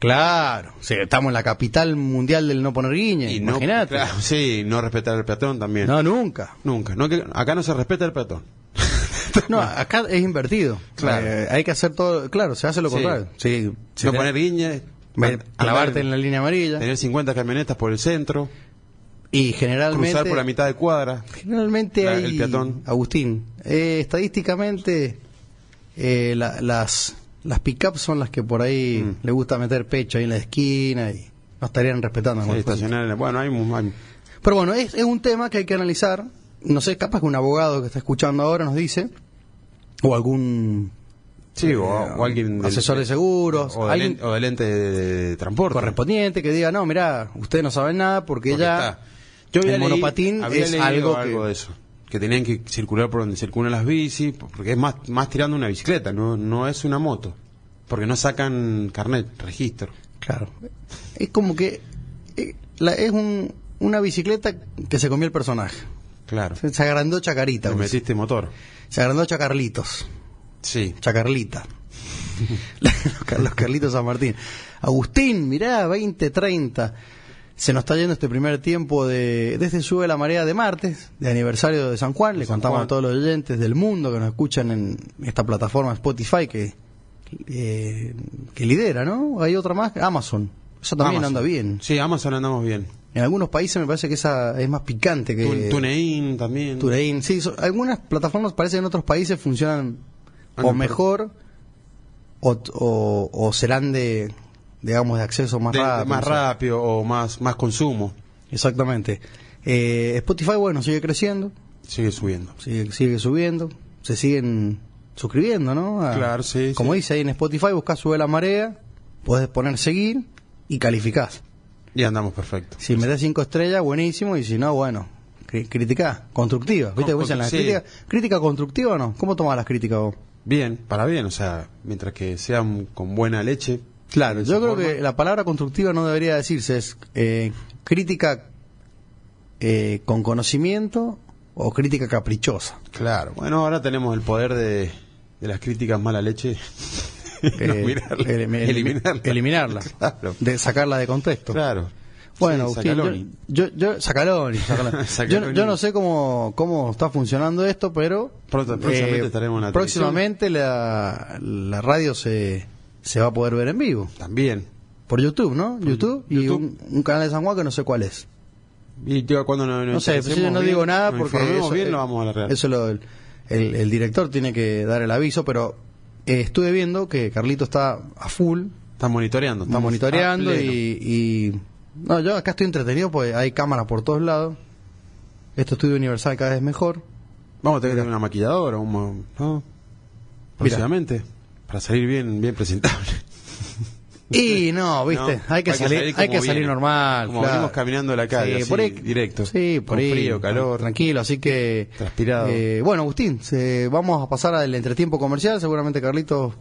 F: Claro. Sí, estamos en la capital mundial del no poner guiña,
G: Y no-
F: imagínate.
G: claro, sí, no respetar el peatón también.
F: No, nunca.
G: Nunca. No, que- acá no se respeta el peatón.
F: No, acá es invertido.
G: Claro.
F: Eh, hay que hacer todo. Claro, se hace lo
G: Sí.
F: contrario. Sí, se
G: no
F: te-
G: poner guiñes.
F: Ve-
G: an-
F: clavarte
G: andar- Eh,
F: en la línea amarilla
G: Tener 50 camionetas por el centro,
F: y generalmente
G: cruzar por la mitad de cuadra.
F: generalmente
G: la-
F: hay
G: el peatón.
F: Agustín eh, estadísticamente eh, la- las las pickups son las que por ahí
G: Mm.
F: le gusta meter pecho ahí en la esquina y no estarían respetando
G: eh,
F: algunas cosas.
G: estacionar en la- Bueno, hay, mu- hay-
F: pero bueno es, es un tema que hay que analizar no sé capaz que un abogado que está escuchando ahora nos dice o algún
G: sí, o, o alguien. del-
F: asesor de seguros
G: O del,
F: alguien
G: en- o del ente de, de transporte.
F: correspondiente que diga no mira ustedes no saben nada porque,
G: Porque
F: ya
G: está. Yo había
F: el
G: leí-
F: monopatín
G: había
F: es
G: leído
F: algo
G: algo,
F: que-
G: de eso. Que tenían que circular por donde circulan las bicis, porque es más, más tirando una bicicleta, no, no es una moto. Porque no sacan carnet, registro.
F: Claro. Es como que eh, la- es un- una bicicleta que se comió el personaje.
G: Claro.
F: Se, se agrandó Chacarita.
G: Le
F: pues.
G: metiste motor.
F: Se agrandó Chacarlitos.
G: Sí.
F: Chacarlita. los, Car- los Carlitos San Martín. Agustín, mirá, 2030. Se nos está yendo este primer tiempo de desde Sube la Marea de martes, de aniversario de San Juan. Le
G: San
F: contamos
G: Juan.
F: a todos los oyentes del mundo que nos escuchan en esta plataforma Spotify que, eh, que lidera, ¿no? Hay otra más, Amazon. Eso también
G: Amazon.
F: anda bien.
G: Sí, Amazon andamos bien.
F: En algunos países me parece que esa es más picante que
G: Tun- TuneIn también.
F: Eh, TuneIn. Sí, so- algunas plataformas parece que en otros países funcionan
G: Ah,
F: o
G: no,
F: mejor o, t- o- o serán de, digamos, de acceso más
G: De- de-
F: rápido.
G: más
F: no sé.
G: rápido o más, más consumo.
F: Exactamente. Eh, Spotify, bueno, sigue creciendo,
G: Sigue subiendo.
F: sigue, sigue subiendo, se siguen suscribiendo, ¿no? A-
G: Claro, sí,
F: Como
G: sí.
F: dice ahí en Spotify, buscás Sube la Marea, podés poner seguir y calificás.
G: Y andamos perfecto.
F: Si me das cinco estrellas, buenísimo, y si no, bueno, cri- crítica constructiva. ¿Viste que dicen las
G: Sí.
F: críticas? ¿Crítica constructiva o no? ¿Cómo tomás las críticas vos?
G: Bien, para bien, o sea, mientras que sean con buena leche.
F: Claro,
G: de
F: yo
G: esa
F: creo
G: forma.
F: que la palabra constructiva no debería decirse, es eh, crítica eh, con conocimiento o crítica caprichosa.
G: Claro, bueno, ahora tenemos el poder de, de las críticas mala leche.
F: Eh,
G: No, mirarla,
F: elimi-
G: eliminarla.
F: eliminarla,
G: Claro.
F: de sacarla de contexto.
G: Claro.
F: Bueno,
G: Sí,
F: Agustín,
G: Sacaloni.
F: yo, yo, yo- Sacaloni, Sacaloni.
G: Sacaloni.
F: Yo, yo no sé cómo, cómo está funcionando esto, pero eh,
G: Pronto- próximamente estaremos en la
F: próximamente la, la radio se, se va a poder ver en vivo
G: También.
F: por YouTube, ¿no? YouTube, y
G: YouTube.
F: un, un canal de San Juan que no sé cuál es.
G: Y yo cuando nos- nos
F: No sé, pues
G: interesemos
F: yo no
G: bien,
F: digo nada
G: nos
F: porque
G: informemos
F: eso,
G: bien
F: eh,
G: lo vamos a alargar.
F: eso lo- el, el- el director tiene que dar el aviso, pero eh, estuve viendo que Carlito está a full
G: Está monitoreando.
F: Está
G: estamos
F: monitoreando
G: a
F: y,
G: pleno.
F: y- No, yo acá estoy entretenido porque hay cámaras por todos lados. Este estudio universal cada vez es mejor.
G: Vamos a tener que tener una maquilladora, un... mo- ¿no? Próximamente. Para salir bien, bien presentable.
F: Y no, viste,
G: No,
F: hay que salir, hay
G: como
F: que salir
G: viene.
F: normal.
G: Como
F: claro.
G: venimos caminando a la calle, así, directo.
F: Sí, por
G: Con
F: ahí. ah,
G: frío, calor.
F: Tranquilo, así que.
G: Transpirado.
F: eh, bueno, Agustín, se- vamos a pasar al entretiempo comercial. Seguramente Carlitos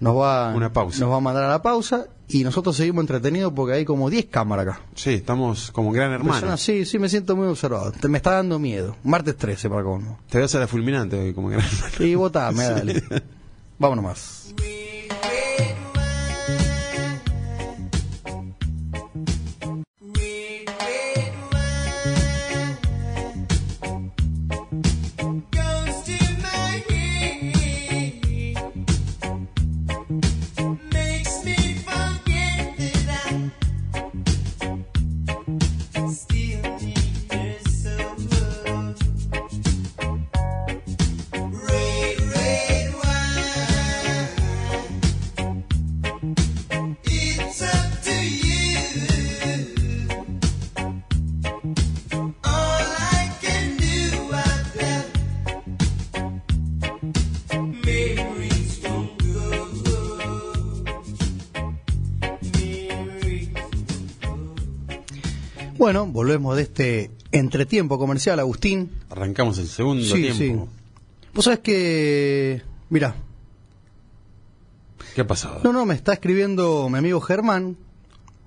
F: nos va,
G: Una pausa.
F: nos va a mandar a la pausa. Y nosotros seguimos entretenidos porque hay como 10 cámaras acá.
G: Sí, estamos como gran hermano.
F: Personas- sí, sí, me siento muy observado. Te- me está dando miedo. Martes 13 para colmo.
G: Te voy a hacer la fulminante hoy como gran hermano.
F: Y votame, dale. Vámonos más. Bueno, volvemos de este entretiempo comercial, Agustín.
G: Arrancamos el segundo
F: Sí,
G: tiempo.
F: Vos sabés que. Mirá.
G: ¿Qué ha pasado?
F: No, no, me está escribiendo mi amigo Germán,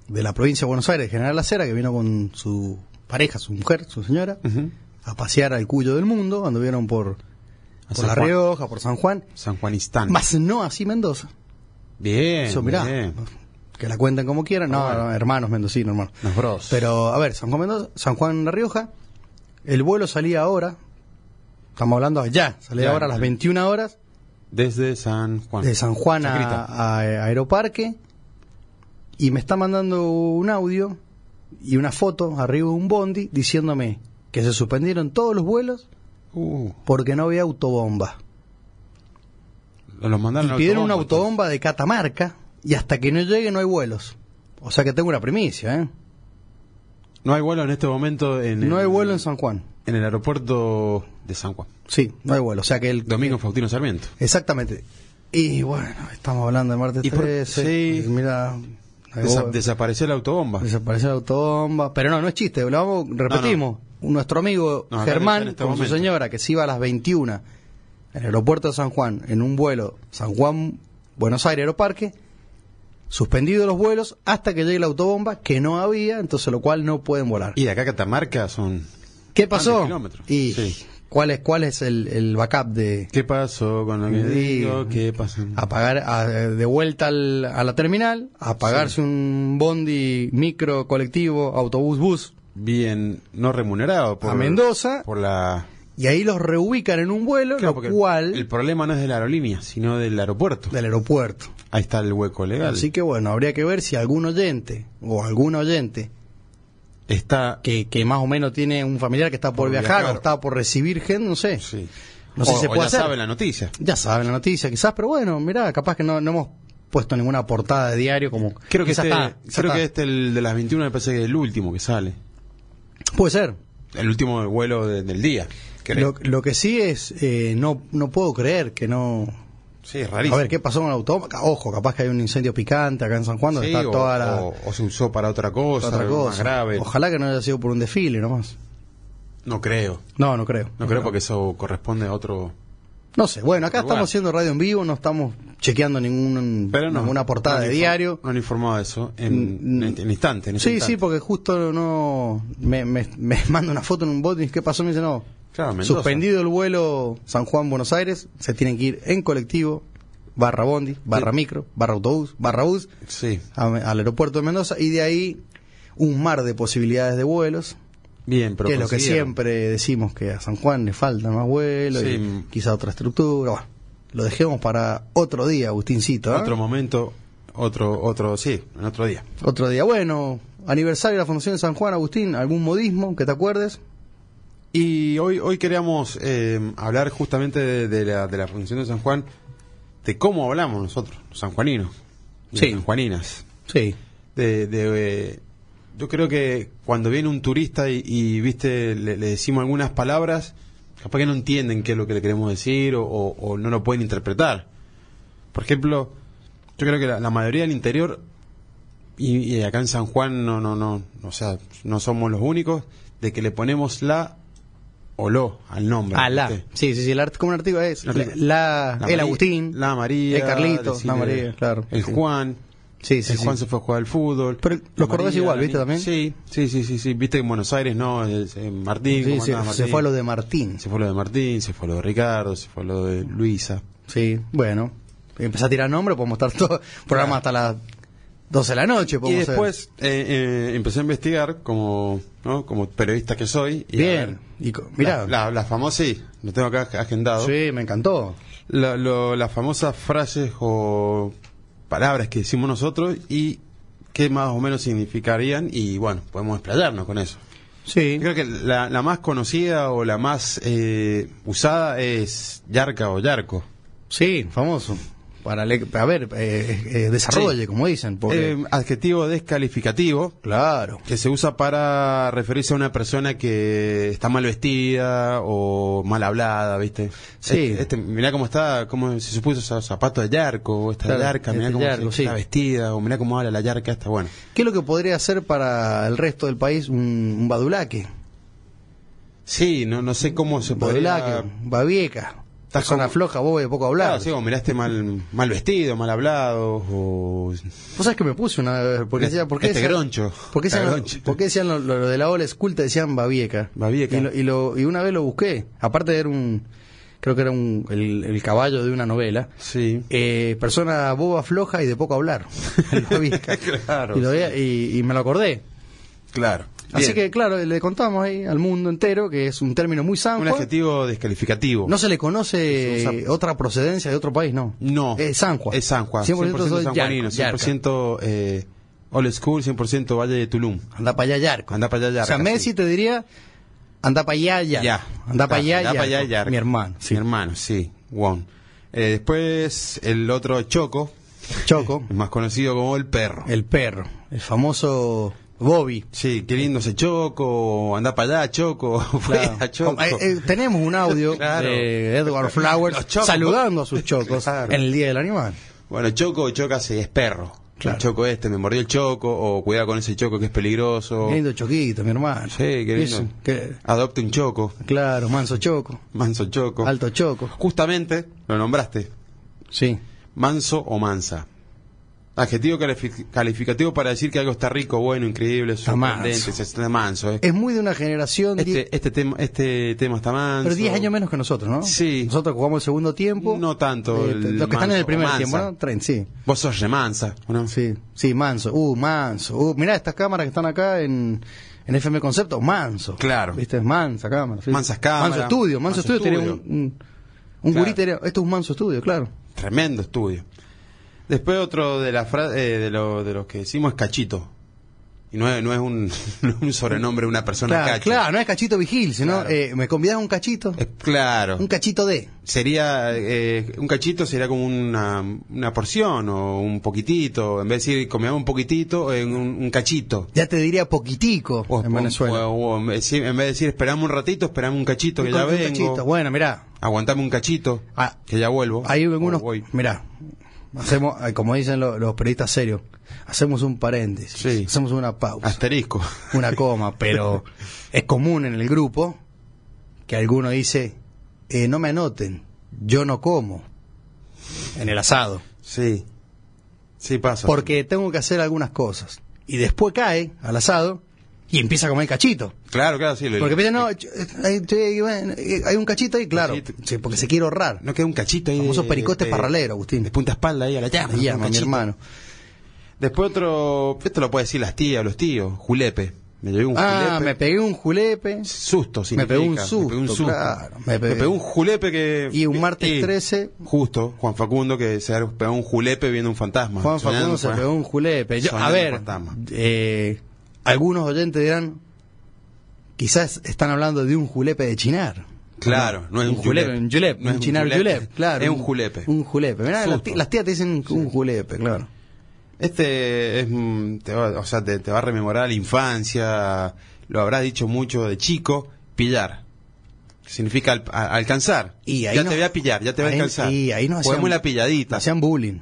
F: de la provincia de Buenos Aires, General Lacera, que vino con su pareja, su mujer, su señora,
G: Ujú.
F: a pasear al cuyo del mundo. Anduvieron por,
G: A
F: por La
G: Juan-
F: Rioja, por San Juan.
G: San Juanistán.
F: Más no así Mendoza.
G: Bien.
F: Eso, mirá.
G: bien.
F: Que la cuenten como quieran. No,
G: Ah, bueno.
F: no, hermanos mendocinos, hermano.
G: Los bros.
F: Pero, a ver, San Juan Mendoza, San Juan La Rioja, el vuelo salía ahora. Estamos hablando allá, salía
G: Ya,
F: ahora a las
G: ya.
F: 21 horas
G: Desde San Juan.
F: de San Juan a,
G: Chacrita.
F: a- a Aeroparque y me está mandando un audio y una foto arriba de un bondi diciéndome que se suspendieron todos los vuelos
G: Uh,
F: porque no había autobomba.
G: los mandaron
F: y
G: en
F: pidieron una
G: entonces.
F: autobomba de Catamarca y hasta que no llegue no hay vuelos. O sea que tengo una primicia, ¿eh?
G: No hay vuelo en este momento en
F: No
G: el,
F: hay vuelo en San Juan.
G: en el aeropuerto de San Juan.
F: Sí, no hay vuelo. O sea que el...
G: Domingo Faustino Sarmiento.
F: Exactamente. Y bueno, estamos hablando de martes
G: Y por-
F: 13.
G: sí.
F: Mira,
G: Desa- desapareció la autobomba.
F: Desapareció la autobomba. Pero no, no es chiste, lo vamos- repetimos. Nuestro amigo
G: No, acá está
F: Germán,
G: en este
F: con
G: momento.
F: su señora, que se iba a las 21 en el aeropuerto de San Juan, en un vuelo San Juan, Buenos Aires, Aeroparque, suspendido los vuelos hasta que llegue la autobomba, que no había, entonces lo cual no pueden volar.
G: y de acá a Catamarca son.
F: ¿Qué pasó?
G: kilómetros.
F: Y
G: Sí.
F: cuál es, cuál es el, el backup de
G: ¿Qué Ah, pasó con lo que
F: Sí.
G: digo? ¿Qué pasó?
F: apagar a- de vuelta al- a la terminal, apagarse un bondi, micro, colectivo, autobús, bus
G: Bien, no remunerado por
F: a Mendoza
G: Por la.
F: y ahí los reubican en un vuelo,
G: Claro, porque
F: lo cual
G: El problema no es de la aerolínea, sino del aeropuerto.
F: del aeropuerto.
G: Ahí está el hueco legal.
F: Así que bueno, habría que ver si algún oyente o algún oyente
G: está.
F: que, que más o menos tiene un familiar que está por,
G: Por
F: viajar,
G: viajar.
F: o está por recibir gente, no sé.
G: Sí.
F: No sé
G: O-
F: si se
G: o
F: puede
G: ya
F: hacer.
G: saben la noticia.
F: Ya saben la noticia quizás, pero bueno, mirá, capaz que no, no hemos puesto ninguna portada de diario como
G: Creo que
F: quizás
G: este,
F: está, quizás
G: creo
F: está.
G: que este el de las 21 me parece que es el último que sale. este-
F: puede ser.
G: El último vuelo de- del día. creo.
F: Lo, lo que sí es eh, no no puedo creer que no
G: sí, es rarísimo.
F: A ver, ¿qué pasó con el autobús? Ojo, capaz que hay un incendio picante acá en San Juan, donde
G: Sí,
F: está
G: o,
F: toda la...
G: o- o se usó para otra cosa,
F: otra
G: algo más
F: cosa.
G: grave.
F: Ojalá que no haya sido por un desfile nomás.
G: No creo.
F: No, no creo.
G: No creo porque eso corresponde a otro.
F: No sé, bueno, acá
G: Pero bueno.
F: estamos haciendo radio en vivo, no estamos chequeando ningún,
G: Pero no.
F: ninguna portada
G: no
F: de
G: han info-
F: diario.
G: No han informado de eso en, este,
F: Mm,
G: en, en instante. en ese
F: Sí, sí,
G: instante.
F: porque justo no me, me, me manda una foto en un bot y ¿qué pasó? Me dice, no,
G: Claro, Mendoza.
F: suspendido el vuelo San Juan-Buenos Aires, se tienen que ir en colectivo, barra bondi, barra
G: Sí.
F: micro, barra autobús, barra bus,
G: Sí.
F: a- al aeropuerto de Mendoza y de ahí un mar de posibilidades de vuelos.
G: Bien, pero.
F: que es lo que
G: consiguieron.
F: siempre decimos que a San Juan le faltan más vuelos,
G: Sí.
F: y quizá otra estructura. Bueno, lo dejemos para otro día, Agustincito. ¿eh?
G: Otro momento, otro, otro, sí, en otro día.
F: Otro día. Bueno, aniversario de la Fundación de San Juan, Agustín, algún modismo que te acuerdes.
G: Y hoy, hoy queríamos eh, hablar justamente de, de la, de la Fundación de San Juan, de cómo hablamos nosotros, los sanjuaninos. de
F: Sí.
G: Juaninas.
F: Sí.
G: de, de, eh, yo creo que cuando viene un turista y, y, viste le, le decimos algunas palabras capaz que no entienden qué es lo que le queremos decir o, o- o no lo pueden interpretar por ejemplo yo creo que la, la mayoría del interior y, y acá en San Juan no no no o sea no somos los únicos de que le ponemos la o lo al nombre
F: Ah, la.
G: ¿viste?
F: Sí, sí, sí, el arte como un artículo es
G: La-
F: la, la- el
G: María-
F: Agustín,
G: la María
F: el Carlito,
G: decirle
F: la María, claro.
G: el
F: Sí.
G: Juan
F: Sí, sí,
G: el
F: sí.
G: Eh, Juan se fue a jugar al fútbol.
F: Pero
G: La
F: los
G: María,
F: cordobeses igual,
G: la
F: ¿viste
G: niña-
F: también?
G: Sí, sí, sí, sí, sí. Viste que en Buenos Aires no, es- en Martín,
F: Sí,
G: ¿cómo
F: sí,
G: andaba
F: se
G: Martín?
F: fue a lo de Martín.
G: Se fue lo de Martín, se fue lo de Ricardo, se fue lo de Luisa.
F: Sí, bueno. Empezá a tirar nombre, podemos estar todo programa hasta las 12 de la noche.
G: Y
F: podemos hacer.
G: después eh, eh, empecé a investigar como, ¿no? como periodista que soy. Y a ver,
F: Bien. Y co- mirá.
G: La, la- la famosa, sí, lo tengo acá agendado.
F: Sí, me encantó.
G: La- lo- las famosas frases o palabras que decimos nosotros y qué más o menos significarían. Y bueno, podemos explayarnos con eso.
F: Sí.
G: Creo que la, la más conocida o la más eh, usada es Yarca o Yarco.
F: Sí, famoso. Para le- a ver, eh, eh, desarrolle,
G: Sí.
F: como dicen. Porque,
G: Eh, adjetivo descalificativo
F: claro.
G: que se usa para referirse a una persona que está mal vestida o mal hablada, ¿viste?
F: Sí.
G: Este, este, mirá cómo está, cómo se supuso esa- zapato de Yarco o esta
F: Claro,
G: Yarca, mirá
F: este
G: cómo se-
F: yarco, sí.
G: está vestida o mirá cómo habla la Yarca esta, bueno.
F: ¿Qué es lo que podría hacer para el resto del país un, un badulaque?
G: Sí, no, no sé cómo se podría...
F: Badulaque, babieca.
G: Estás
F: Persona
G: como-
F: floja, vos de poco hablar.
G: Claro, sí, o mirá este mal, mal vestido, mal hablado o
F: ¿Vos sabés que me puse una vez? Porque
G: Este-
F: decía, ¿por qué
G: este
F: decían-
G: groncho.
F: ¿Por qué
G: Está
F: decían,
G: groncho.
F: por qué decían lo, lo- lo de la ola esculta? Decían Babieca.
G: Babieca.
F: Y, lo- y lo- y una vez lo busqué. Aparte era un... Creo que era un, el, el caballo de una novela.
G: Sí.
F: Eh, persona boba, floja y de poco hablar. El Babieca.
G: Claro,
F: y, lo veía- y- y me lo acordé.
G: Claro.
F: Así que, claro, le contamos ahí al mundo entero que es un término muy
G: un
F: sanjuan.
G: adjetivo descalificativo.
F: No se le conoce
G: Se usa-
F: otra procedencia de otro país, no.
G: No.
F: Es Sanjuan.
G: Es San Juan.
F: 100%,
G: 100%
F: soy
G: sanjuanino,
F: yarca, yarca.
G: 100% eh, old school, 100% Valle de Tulum.
F: Anda para allá, Yarco.
G: Anda pa' allá, Yarco,
F: O sea, Messi
G: sí.
F: te diría, anda para allá, Yarco.
G: Ya.
F: Anda para allá,
G: Anda pa'
F: Yarco.
G: Yarca.
F: Mi hermano.
G: Mi hermano, sí. Juan. Eh, después, el otro Choco,
F: Choco,
G: más conocido como el perro.
F: el perro, el famoso Bobby.
G: Sí, qué lindo ese Choco, anda para allá Choco, fuera
F: Claro.
G: Choco.
F: Eh, eh, tenemos un audio
G: Claro.
F: de Edward
G: Los
F: Flowers
G: chocos.
F: saludando a sus chocos
G: Claro.
F: en el Día del Animal.
G: Bueno, Choco, Choca sí, es perro.
F: Claro.
G: El Choco este, me mordió el Choco, o cuidado con ese Choco que es peligroso.
F: Qué lindo choquito, mi hermano.
G: Oh. Sí, qué lindo.
F: Eso, que-
G: Adopte un Choco,
F: claro, manso choco,
G: manso Choco.
F: alto choco.
G: Justamente lo nombraste,
F: Sí.
G: manso o mansa. Adjetivo califi- calificativo para decir que algo está rico, bueno, increíble,
F: Está
G: sorprendente,
F: manso.
G: se- está manso. eh.
F: Es muy de una generación, die-
G: Este, este, tema, este tema está manso.
F: pero 10 años menos que nosotros, ¿no?
G: Sí.
F: Nosotros jugamos el segundo tiempo.
G: No tanto,
F: Eh,
G: el
F: los que están en
G: manso
F: el
G: o
F: primer
G: mansa.
F: tiempo, ¿no? Tren, sí.
G: Vos sos remansa, ¿o ¿no?
F: Sí, sí, manso. Uh, manso. Uh, mirá, estas cámaras que están acá en, en FM Concepto, manso.
G: Claro.
F: ¿Viste? Es mansa cámara. sí.
G: Mansas cámaras,
F: Manso estudio. Manso,
G: manso
F: estudio tiene un,
G: estudio.
F: un, un
G: Claro.
F: gurí tenía- Esto es un manso estudio, claro.
G: Tremendo estudio. Después otro de las fra- eh, de, lo, de los que decimos es cachito. Y no es, no es un, no es un sobrenombre de una persona
F: Claro,
G: cacho.
F: claro, no es cachito vigil, sino
G: Claro.
F: eh, me convidás a un cachito.
G: Es claro.
F: Un cachito de.
G: sería eh, un cachito sería como una, una porción o un poquitito en vez de decir comíamos un poquitito en un, un cachito
F: Ya te diría poquitico
G: O-
F: en
G: o-
F: Venezuela.
G: o- o en vez sí, en vez de decir esperamos un ratito esperamos un cachito que
F: Con
G: ya
F: un
G: vengo
F: cachito. Bueno, mirá.
G: aguantame un cachito
F: Ah,
G: que ya vuelvo
F: Hay algunos.
G: O voy.
F: Mirá. Hacemos, eh, como dicen lo- los periodistas serios, hacemos un paréntesis.
G: Sí.
F: Hacemos una pausa.
G: asterisco
F: una coma, pero es común en el grupo que alguno dice, eh, no me anoten, yo no como en el asado,
G: sí sí pasa
F: porque tengo que hacer algunas cosas. Y después cae al asado y empieza a comer cachito.
G: claro claro sí lo-
F: Porque piensa, no, yo- eh, eh, bueno, eh, hay un cachito ahí, claro,
G: Cachito.
F: sí, porque se quiere ahorrar.
G: no queda un cachito ahí
F: Famosos
G: de-
F: pericotes
G: de-
F: parraleros, Agustín.
G: de punta espalda ahí a la llama,
F: Y
G: un
F: llama, mi
G: cachito.
F: hermano.
G: después otro esto lo puede decir las tías los tíos julepe me llevé un
F: Ah,
G: julepe
F: me pegué un julepe
G: susto
F: Me pegó un
G: significa.
F: susto, claro.
G: me,
F: Me
G: pegó
F: pegué-
G: un julepe que eh,
F: Y un martes 13.
G: justo Juan Facundo que se ha pegado un julepe viendo un fantasma
F: Juan
G: Soñando
F: Facundo se
G: con-
F: pegó un julepe. Yo- a
G: soñando
F: ver,
G: con fantasma.
F: eh, algunos oyentes dirán, quizás están hablando de un julepe de chinar.
G: claro no es un,
F: julepe, un julep,
G: No es
F: un chinar julep, claro.
G: es
F: un-
G: un julepe
F: Un julepe. Mirá,
G: Susto.
F: las, tí- las tías te dicen un julepe, claro.
G: Este es, mm, te va, o sea, te, te va a rememorar la infancia, lo habrás dicho mucho de chico, pillar. que Significa al- a- alcanzar.
F: Y ahí
G: ya
F: nos-
G: te voy a pillar, ya te voy a
F: ahí-
G: alcanzar.
F: y ahí nos
G: Jugamos
F: hacían-
G: la pilladita.
F: Hacían bullying.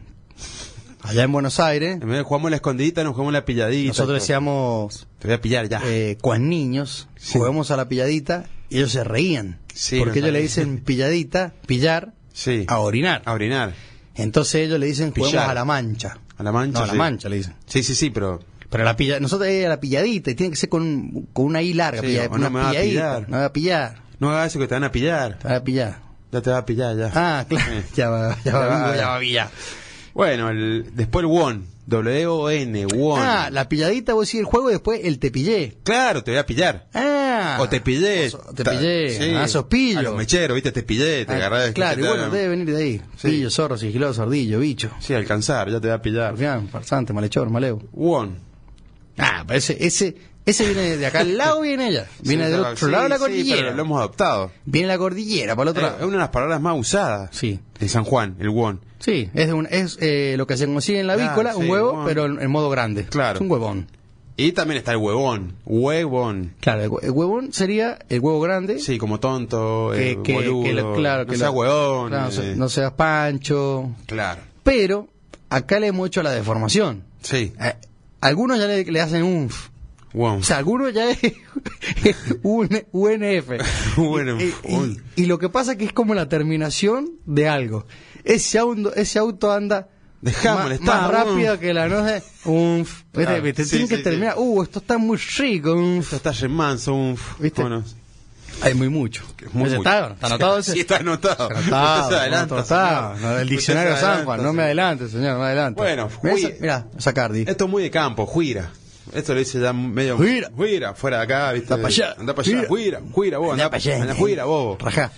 F: Allá en Buenos Aires,
G: En vez de jugamos la escondidita, nos jugamos la pilladita.
F: nosotros decíamos,
G: Te voy a pillar ya.
F: eh, cuán niños,
G: Sí.
F: jugamos a la pilladita, y ellos se reían.
G: Sí,
F: porque
G: nos
F: ellos le
G: reían.
F: dicen pilladita, pillar,
G: sí.
F: a orinar.
G: A orinar.
F: Entonces ellos le dicen juguemos
G: Pillar.
F: a la mancha.
G: A la mancha.
F: No, a la
G: sí.
F: mancha le dicen.
G: Sí, sí, sí, pero.
F: Pero la pilla, nosotros era la pilladita y tiene que ser con, con una I larga.
G: Sí,
F: pilla-
G: o no
F: una
G: me va a
F: pilladita,
G: pillar.
F: No me va a pillar.
G: No hagas eso que te van a pillar.
F: te va a pillar.
G: Ya te va a pillar, ya.
F: Ah, claro.
G: Sí.
F: Ya va, ya va, Ah,
G: Ya va.
F: ya va a pillar.
G: Bueno, el, después el WON. W-O-N, WON.
F: Ah, la pilladita vos decís el juego y después el te pillé.
G: Claro, te voy a pillar.
F: Ah.
G: o te pillé.
F: O so- te
G: Ta-
F: pillé.
G: sí.
F: Ah, sos pillo.
G: A los mecheros, viste, te pillé, te
F: Ah,
G: agarrás.
F: Claro,
G: te-
F: y
G: te-
F: bueno, debe venir de ahí.
G: Sí.
F: Pillo, zorro, sigiloso, ardillo, bicho.
G: Sí, alcanzar, ya te voy a pillar.
F: Porfián, farsante, malhechor, maleo.
G: WON.
F: Ah, pero ese, ese, ese viene de acá al lado, viene ella. Viene
G: Sí,
F: del
G: claro,
F: otro lado de la
G: sí, sí,
F: cordillera.
G: pero lo hemos adoptado.
F: Viene la cordillera, para el otro
G: Eh, Es
F: lado.
G: una de las palabras más usadas
F: Sí.
G: en San Juan, el WON.
F: Sí, es, de un- es eh, lo que se consigue en la
G: Claro,
F: avícola,
G: Ah,
F: un
G: sí,
F: huevo,
G: huevón.
F: pero en, en modo grande.
G: Claro.
F: Es un huevón.
G: Y también está el huevón. Huevón.
F: Claro, el, hue- el huevón sería el huevo grande.
G: Sí, como tonto,
F: que,
G: eh,
F: que-
G: boludo.
F: que lo- claro,
G: no
F: que
G: sea
F: lo-
G: huevón.
F: claro, no se-
G: eh,
F: no seas pancho.
G: claro.
F: Pero acá le hemos hecho la deformación.
G: Sí.
F: Eh, algunos ya le, le hacen unf.
G: Huevón.
F: O sea, algunos ya es un UNF.
G: Bueno,
F: Y-
G: uy.
F: y, y lo que pasa es que es como la terminación de algo. Ese auto, ese auto anda
G: Dejá
F: ma- más,
G: molestar, unf.
F: rápido que la noche. Unf. Viste,
G: Claro,
F: viste,
G: sí,
F: tienen
G: sí,
F: que
G: sí.
F: terminar. Uh, esto está muy rico. unf.
G: Esto está re manso, un f-
F: ¿Viste?
G: bueno,
F: Hay muy mucho.
G: muy
F: Ese
G: mucho.
F: Está, está anotado ese.
G: Sí, está anotado.
F: Está anotado,
G: Usted se
F: está
G: adelanta,
F: anotado.
G: señor.
F: No, El
G: Usted
F: diccionario
G: se
F: San
G: adelanta,
F: Juan, no me
G: señor.
F: adelante, señor, no me adelante.
G: Bueno,
F: Mira,
G: uy.
F: esa- mira, sacardi.
G: Esto es muy de campo, juira. Esto lo dice ya medio.
F: Juira.
G: fuera de acá, ¿viste?
F: Anda pa' allá.
G: Anda para allá,
F: Juira.
G: juira, juira, vos. Anda
F: allá,
G: anda
F: eh.
G: juira, vos.
F: Rajá.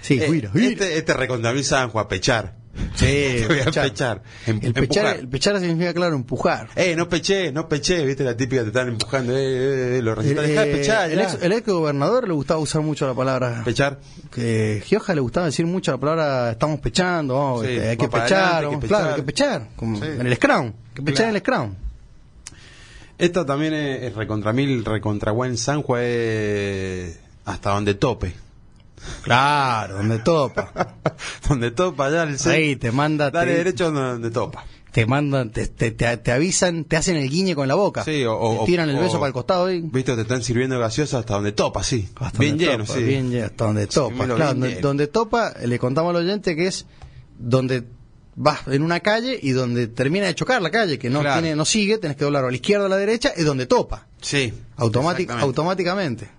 F: Sí,
G: Eh,
F: juira, juira.
G: Este, este recondamil San Juan, pechar.
F: Sí,
G: Te voy a pechar. Em-
F: El pechar,
G: empujar.
F: el pechar significa, claro, empujar.
G: Eh, no peché, no peché, viste la típica te están empujando, eh, eh, eh, lo recitas, dejá de
F: Eh,
G: pechar,
F: el,
G: ya.
F: ex, el ex gobernador le gustaba usar mucho la palabra.
G: pechar.
F: Que Gioja le gustaba decir mucho la palabra estamos pechando, vamos,
G: Sí,
F: este, hay
G: va
F: que
G: para
F: pechar,
G: adelante, hay
F: vamos,
G: que
F: claro, hay
G: pechar.
F: que pechar, como
G: Sí.
F: en el scrum, que pechar
G: Claro.
F: en el scrum.
G: Esta también es, es recontra mil, recontra buen San Juan, eh, hasta donde tope.
F: Claro, donde topa.
G: donde topa ya el
F: Ahí te manda,
G: Dale
F: te-
G: derecho donde, donde topa.
F: te mandan, te, te, te- te avisan, te hacen el guiñe con la boca.
G: Sí, o- o-
F: te tiran el
G: o-
F: beso para el costado y
G: Viste, te están sirviendo gaseosa hasta donde topa, sí.
F: hasta
G: bien
F: donde
G: lleno,
F: topa,
G: sí.
F: Bien lleno, hasta donde topa.
G: me lo
F: claro,
G: bien
F: donde,
G: lleno.
F: donde topa, le contamos al oyente que es donde vas en una calle y donde termina de chocar la calle, que no
G: Claro.
F: tiene, no sigue, tenés que doblar o a la izquierda o a la derecha, es donde topa,
G: Sí.
F: automátic,
G: exactamente.
F: automáticamente.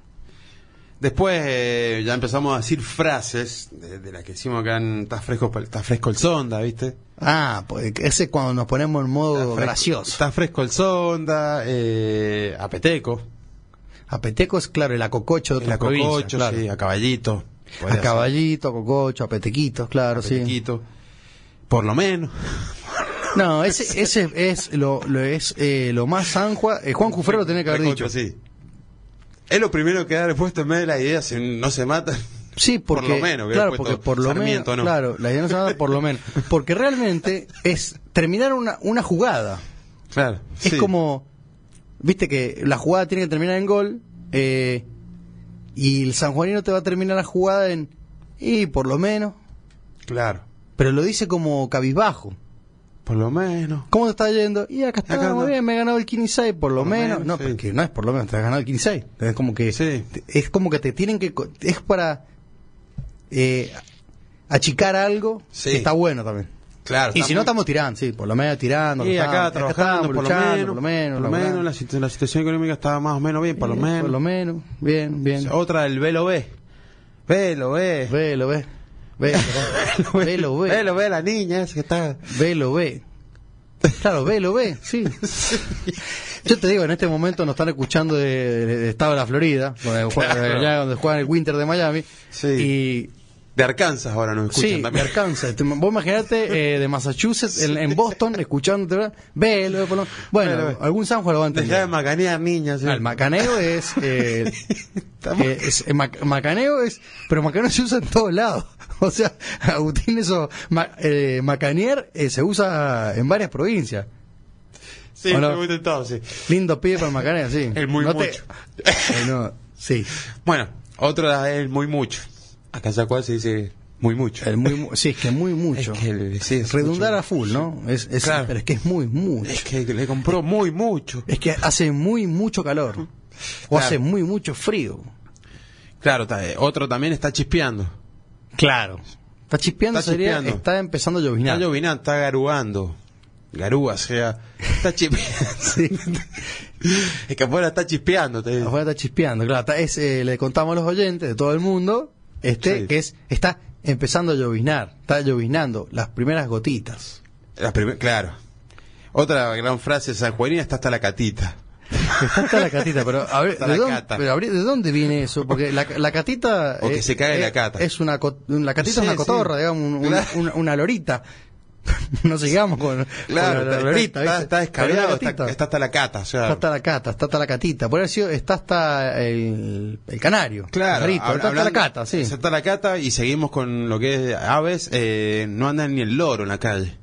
G: Después eh, ya empezamos a decir frases de, de las que decimos acá en Está fresco, pa- está fresco el sonda, ¿viste?
F: Ah, pues ese es cuando nos ponemos en modo
G: Está fresco-
F: gracioso.
G: Está fresco el sonda, eh, a peteco,
F: Apeteco es claro, el acococho de
G: el
F: otra
G: a
F: provincia,
G: cococho,
F: claro.
G: sí, a caballito. podría
F: A
G: ser,
F: caballito, a cococho, a petequitos, claro,
G: a
F: sí.
G: petequito. Por lo menos.
F: No, ese, ese es lo, lo es eh, lo más San Juan. eh, Juan Jufrero lo tenía que haber
G: Recontra,
F: dicho. Sí,
G: Sí. Es lo primero que darle puesto en medio de la idea, si no se matan.
F: porque
G: por lo menos, que
F: claro,
G: he
F: porque
G: puesto
F: por lo menos,
G: Sarmiento, ¿no?
F: claro, la idea no se llama por lo menos, porque realmente es terminar una una jugada.
G: Claro.
F: Es
G: sí.
F: como viste que la jugada tiene que terminar en gol eh, y el sanjuanino te va a terminar la jugada en y por lo menos,
G: Claro.
F: pero lo dice como cabizbajo.
G: Por lo menos.
F: ¿Cómo te está yendo? Y acá está,
G: Acá
F: muy
G: ando.
F: bien, me he ganado el 15 por lo
G: Por lo
F: menos.
G: menos,
F: No,
G: sí.
F: pero que no es por lo menos, te has ganado el 15 Es como que
G: Sí.
F: te- es como que te tienen que co- es para eh, achicar algo
G: Sí.
F: que está bueno también.
G: Claro.
F: Y si no estamos tirando, sí, por lo menos tirando,
G: Y
F: estamos-
G: acá trabajando,
F: estamos
G: por,
F: luchando,
G: lo menos, por lo menos,
F: laburando.
G: la, situ- la situación económica estaba más o menos bien, por lo
F: Sí,
G: menos.
F: Eh, Por lo menos, bien, bien.
G: Otra del velo B. Velo B.
F: Velo, ve. Velo, ve. Velo, ve.
G: Velo B, la niña esa que está.
F: Velo, ve. Claro, velo, ve, sí. Yo te digo, en este momento nos están escuchando de, de- de Estado de la Florida, donde, juega-
G: Claro.
F: allá donde juegan el Winter de Miami.
G: Sí.
F: Y
G: De Arkansas ahora nos escuchan
F: sí, de
G: también.
F: Arkansas. Te- Vos imaginate eh, de Massachusetts, en, en Boston, escuchándote, ¿verdad? Velo, ve, por lo- Bueno,
G: Velo, ve.
F: algún San Juan lo va a
G: Dejá de
F: entender.
G: macanear, niña. sí.
F: No, Ah, el macaneo es, eh,
G: Estamos-
F: eh, es- eh, mac- macaneo es, pero macaneo se usa en todos lados. O sea, Agustín, eso, ma- eh, macanear eh, se usa en varias provincias.
G: Sí,
F: ¿O no?
G: lo hemos intentado, sí.
F: Lindo pibe para Macarena, sí.
G: El muy
F: No te-
G: mucho.
F: Eh, no, sí.
G: Bueno, otra es el muy mucho. Acá en Zacual se dice muy mucho.
F: El muy, mu- sí, es que muy mucho.
G: Es que el- sí, es
F: Redundar
G: mucho.
F: a full, ¿no? Es, es-
G: Claro.
F: Pero es que es muy mucho.
G: Es que le compró muy mucho.
F: Es que hace muy mucho calor. O
G: Claro.
F: hace muy mucho frío.
G: Claro, ta- eh, otro también está chispeando.
F: Claro. Está chispeando,
G: Está
F: sería-
G: chispeando.
F: está empezando a llovinar.
G: Está llovinando, está garubando. Garúa, o sea. Está chispeando.
F: Sí.
G: es que afuera está chispeando. te-
F: Afuera está chispeando, claro. Está- es, eh, le contamos a los oyentes de todo el mundo este
G: Sí.
F: que es está empezando a lloviznar, está lloviznando las primeras gotitas.
G: La prim- claro. Otra gran frase sanjuanina está hasta la catita.
F: Está hasta la catita, pero a ver,
G: Está
F: ¿de
G: la
F: dónde,
G: cata.
F: pero a ver, ¿de dónde viene eso? Porque la, la catita...
G: O que se cae
F: eh,
G: la cata.
F: Es una, co- la catita
G: Sí,
F: es una
G: sí.
F: cotorra, digamos, un- un-
G: Claro.
F: una, una lorita. no sigamos con,
G: Claro,
F: con la,
G: está,
F: lorita.
G: está-
F: ¿viste?
G: está descabellado,
F: Pero la
G: está,
F: catita.
G: está hasta la cata. O sea,
F: Está hasta la cata, está hasta la catita. Por eso está hasta el, el canario.
G: Claro,
F: pajarito,
G: hab-
F: está hasta la
G: hablando-
F: cata, sí.
G: está hasta la cata y seguimos con lo que es aves. eh, no andan ni el loro en la calle.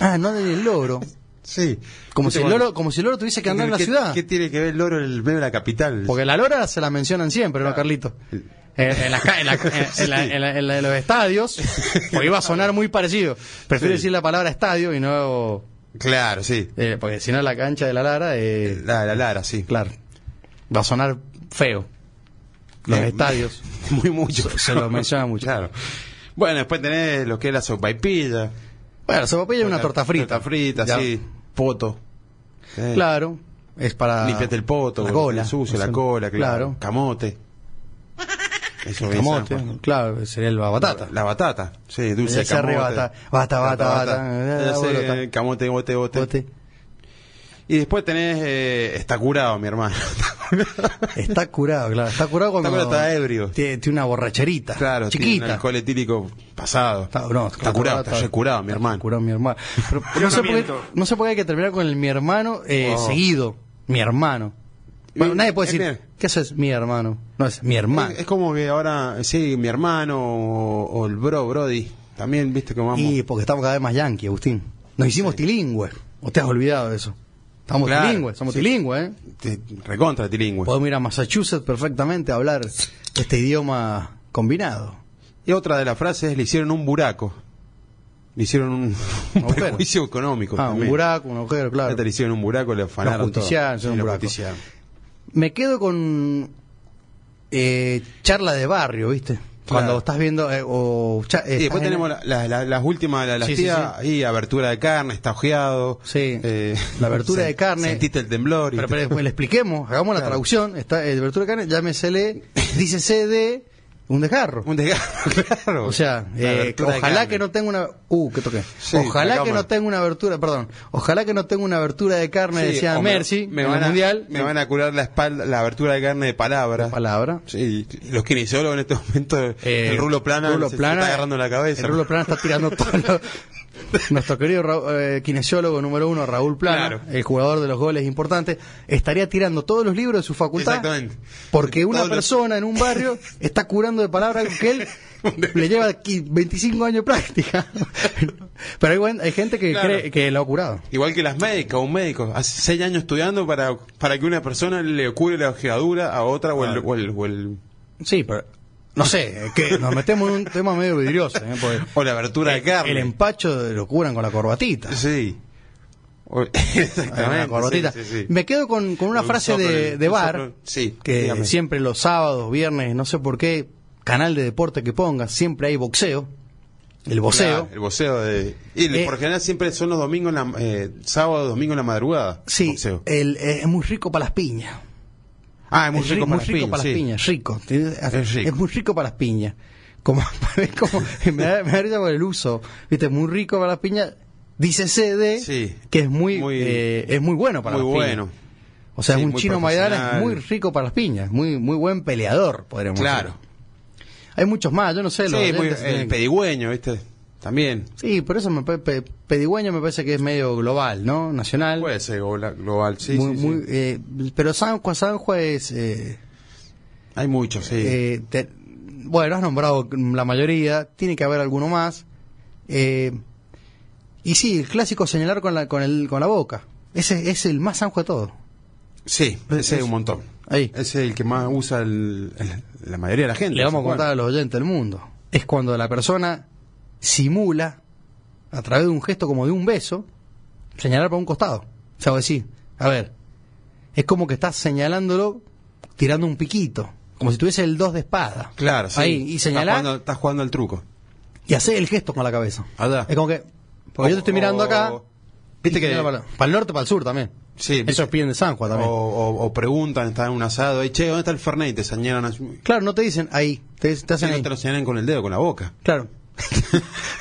F: Ah, no del logro.
G: Sí.
F: Como si, el loro, como si el loro tuviese que andar en la ciudad.
G: Este ¿Qué tiene que ver el loro en el medio de la capital?
F: Porque la lora se la mencionan siempre,
G: Ah.
F: ¿no, Carlito? Eh, En, las ca- en la- en- en la- en la- en la- en los estadios, porque iba a sonar muy parecido. Prefiero
G: Sí.
F: decir la palabra estadio y no.
G: Claro, sí.
F: eh, porque si no, la cancha de la Lara, eh,
G: La, la Lara, sí.
F: claro, va a sonar feo. Los
G: Eh,
F: estadios.
G: Muy mucho.
F: Se- se lo menciona mucho.
G: Claro. Bueno, después tenés lo que es la sopaipilla.
F: Bueno, la sopapilla es una torta frita.
G: Torta frita,
F: Ya.
G: sí. Poto. Eh,
F: Claro, es para.
G: Limpiate el poto,
F: la cola.
G: el sucio,
F: O sea,
G: la cola, claro.
F: Claro,
G: Camote. Eso es
F: camote,
G: San Juan.
F: claro, sería el batata.
G: La batata. Sí, dulce de
F: Ese
G: camote.
F: arriba, bata, bata, bata, bata,
G: Ya sé,
F: bolota.
G: Camote, bote, bote.
F: Bote.
G: Y después tenés... eh, está curado, mi hermano.
F: Está curado, claro. Está curado cuando.
G: curado, está ebrio.
F: Tiene, tiene una borracherita.
G: claro, tiene un
F: Chiquita.
G: alcohol etílico pasado.
F: Está, no,
G: Está curado, está re curado, mi
F: está
G: hermano.
F: curado, mi hermano. Pero no, sé por qué, no sé por qué hay que terminar con el mi hermano eh,
G: Oh.
F: seguido. Mi hermano. Bueno,
G: Eh,
F: nadie puede
G: eh,
F: decir,
G: bien.
F: ¿qué haces? Mi hermano. No, es mi hermano.
G: Es, es como que ahora, sí, mi hermano o, o el bro, Brody. También, viste, que vamos.
F: y porque estamos cada vez más yanqui, Agustín. Nos hicimos tilingües. ¿O te has olvidado de eso? Estamos
G: Claro,
F: tilingües, somos
G: sí.
F: tilingües, ¿eh?
G: te- recontra tilingüe.
F: Podemos ir a Massachusetts perfectamente a hablar este idioma combinado.
G: Y otra de las frases es: le hicieron un buraco. Le hicieron un, un
F: Agujero.
G: perjuicio económico.
F: Ah, un
G: también. Este
F: buraco, un agujero, claro.
G: Esta le hicieron un buraco, le afanaron. todo.
F: justiciaron, hicieron
G: Sí,
F: un
G: lo
F: buraco.
G: justiciaron.
F: Me quedo con eh, charla de barrio, ¿viste? Cuando estás viendo. eh, o cha- eh,
G: Y después
F: estás en-
G: tenemos la- la- la- las últimas, la- las
F: Sí, sí,
G: tías, ahí, abertura de carne, está ojeado.
F: Sí, la abertura
G: sen-
F: de carne.
G: Sentiste el temblor. y
F: Pero,
G: te-
F: pero después le expliquemos, hagamos la
G: Claro.
F: traducción. Está eh, Bertura Cane, llámesele, dícese de un desgarro.
G: un desgarro, claro.
F: O sea,
G: La
F: eh,
G: abertura de
F: ojalá
G: carne.
F: que no tenga una. Uh, que toqué.
G: Sí, la
F: ojalá que
G: cámara.
F: no tenga una abertura, perdón. Ojalá que no tenga una abertura de carne,
G: Sí,
F: decía
G: o me-
F: Mercy,
G: me
F: en
G: van
F: el
G: a-
F: mundial.
G: Me van a curar la espalda, la abertura de carne de palabras.
F: palabra.
G: Sí, y los kinesiólogos en este momento,
F: Eh,
G: el rulo plana,
F: Rulo
G: se- se
F: Plana,
G: está agarrando la cabeza.
F: El Rulo Plana está tirando todo. lo- Nuestro querido Ra- eh, kinesiólogo número uno, Raúl Plana,
G: Claro.
F: el jugador de los goles importante, estaría tirando todos los libros de su facultad.
G: Exactamente.
F: Porque una
G: Todos los-
F: persona en un barrio está curando de palabra algo que él le lleva qui- 25 años de práctica. Pero hay, buen- hay gente que
G: Claro.
F: cree que lo ha curado.
G: Igual que las médicas, un médico, hace seis años estudiando para, para que una persona le cure la ojeadura a otra o el, o el- o el-
F: Sí, pero no sé, es que nos metemos en un tema medio vidrioso. ¿eh? Porque
G: o la abertura de carne.
F: el empacho de- lo curan con la corbatita.
G: Sí. O-
F: Ahí
G: Exactamente.
F: una corbatita.
G: sí, sí, sí.
F: Me quedo con, con una
G: Un
F: frase
G: soplo,
F: de,
G: un
F: de bar,
G: soplo. Sí,
F: que
G: dígame.
F: siempre los sábados, viernes, no sé por qué, canal de deporte que pongas, siempre hay boxeo, el
G: Claro,
F: boxeo.
G: el voceo de. Y
F: Eh,
G: por general siempre son los domingos, en la, eh, sábado, domingo en la madrugada.
F: Sí,
G: voceo.
F: el- eh, es muy rico para las piñas.
G: Ah, es muy
F: Es
G: rico
F: ri-
G: para las piñas,
F: para las
G: sí.
F: piñas, rico.
G: Es
F: Es,
G: rico.
F: muy rico para las piñas. Como, es como me da, me da risa por el uso, viste, muy rico para las piñas. Dice CD
G: Sí.
F: que es muy,
G: Muy-
F: eh, es muy bueno para
G: Muy
F: las piñas.
G: bueno.
F: O sea,
G: Sí,
F: un
G: muy
F: chino Maidana
G: profesional.
F: es muy rico para las piñas, muy muy buen peleador, podríamos
G: Claro.
F: decir. Hay muchos más, yo no sé.
G: Sí,
F: los
G: muy-
F: oyentes
G: el
F: tienen-
G: pedigüeño, ¿viste? También.
F: sí, por eso me, pa- pe- pedigüeño me parece que es medio global, ¿no? Nacional.
G: Puede ser gola- global, Pues, sí.
F: muy,
G: sí, sí.
F: muy, eh, pero San Juan, San Juan es... eh,
G: Hay muchos, sí.
F: eh, te- bueno, has nombrado la mayoría, tiene que haber alguno más. Eh, y sí, el clásico señalar con la, con el, con la boca. Ese es el más anjo de todos.
G: Sí,
F: pues
G: ese es un montón.
F: Ahí.
G: Ese es el que más usa el- el- la mayoría de la gente.
F: Le vamos a
G: Bueno,
F: contar a los oyentes del mundo. Es cuando la persona simula, a través de un gesto como de un beso, señalar para un costado. O sea, decir, a ver, es como que estás señalándolo tirando un piquito, como si tuviese el dos de espada.
G: Claro, sí.
F: Ahí, y señalar
G: Estás jugando, estás jugando al truco.
F: y hacer el gesto con la cabeza.
G: Allá.
F: Es como que, porque yo te estoy mirando
G: O-
F: acá.
G: Viste
F: y
G: que-
F: señalo para, para el norte, para el sur también.
G: Sí, viste- Oh.
F: Eso piden de San Juan
G: O,
F: también.
G: o- o preguntan, están en un asado, "Ey, che, ¿dónde está el Fernet? Y te señalan así,
F: Claro, no te dicen ahí, te, te hacen
G: no
F: ahí.
G: te lo señalan con el dedo, con la boca.
F: Claro.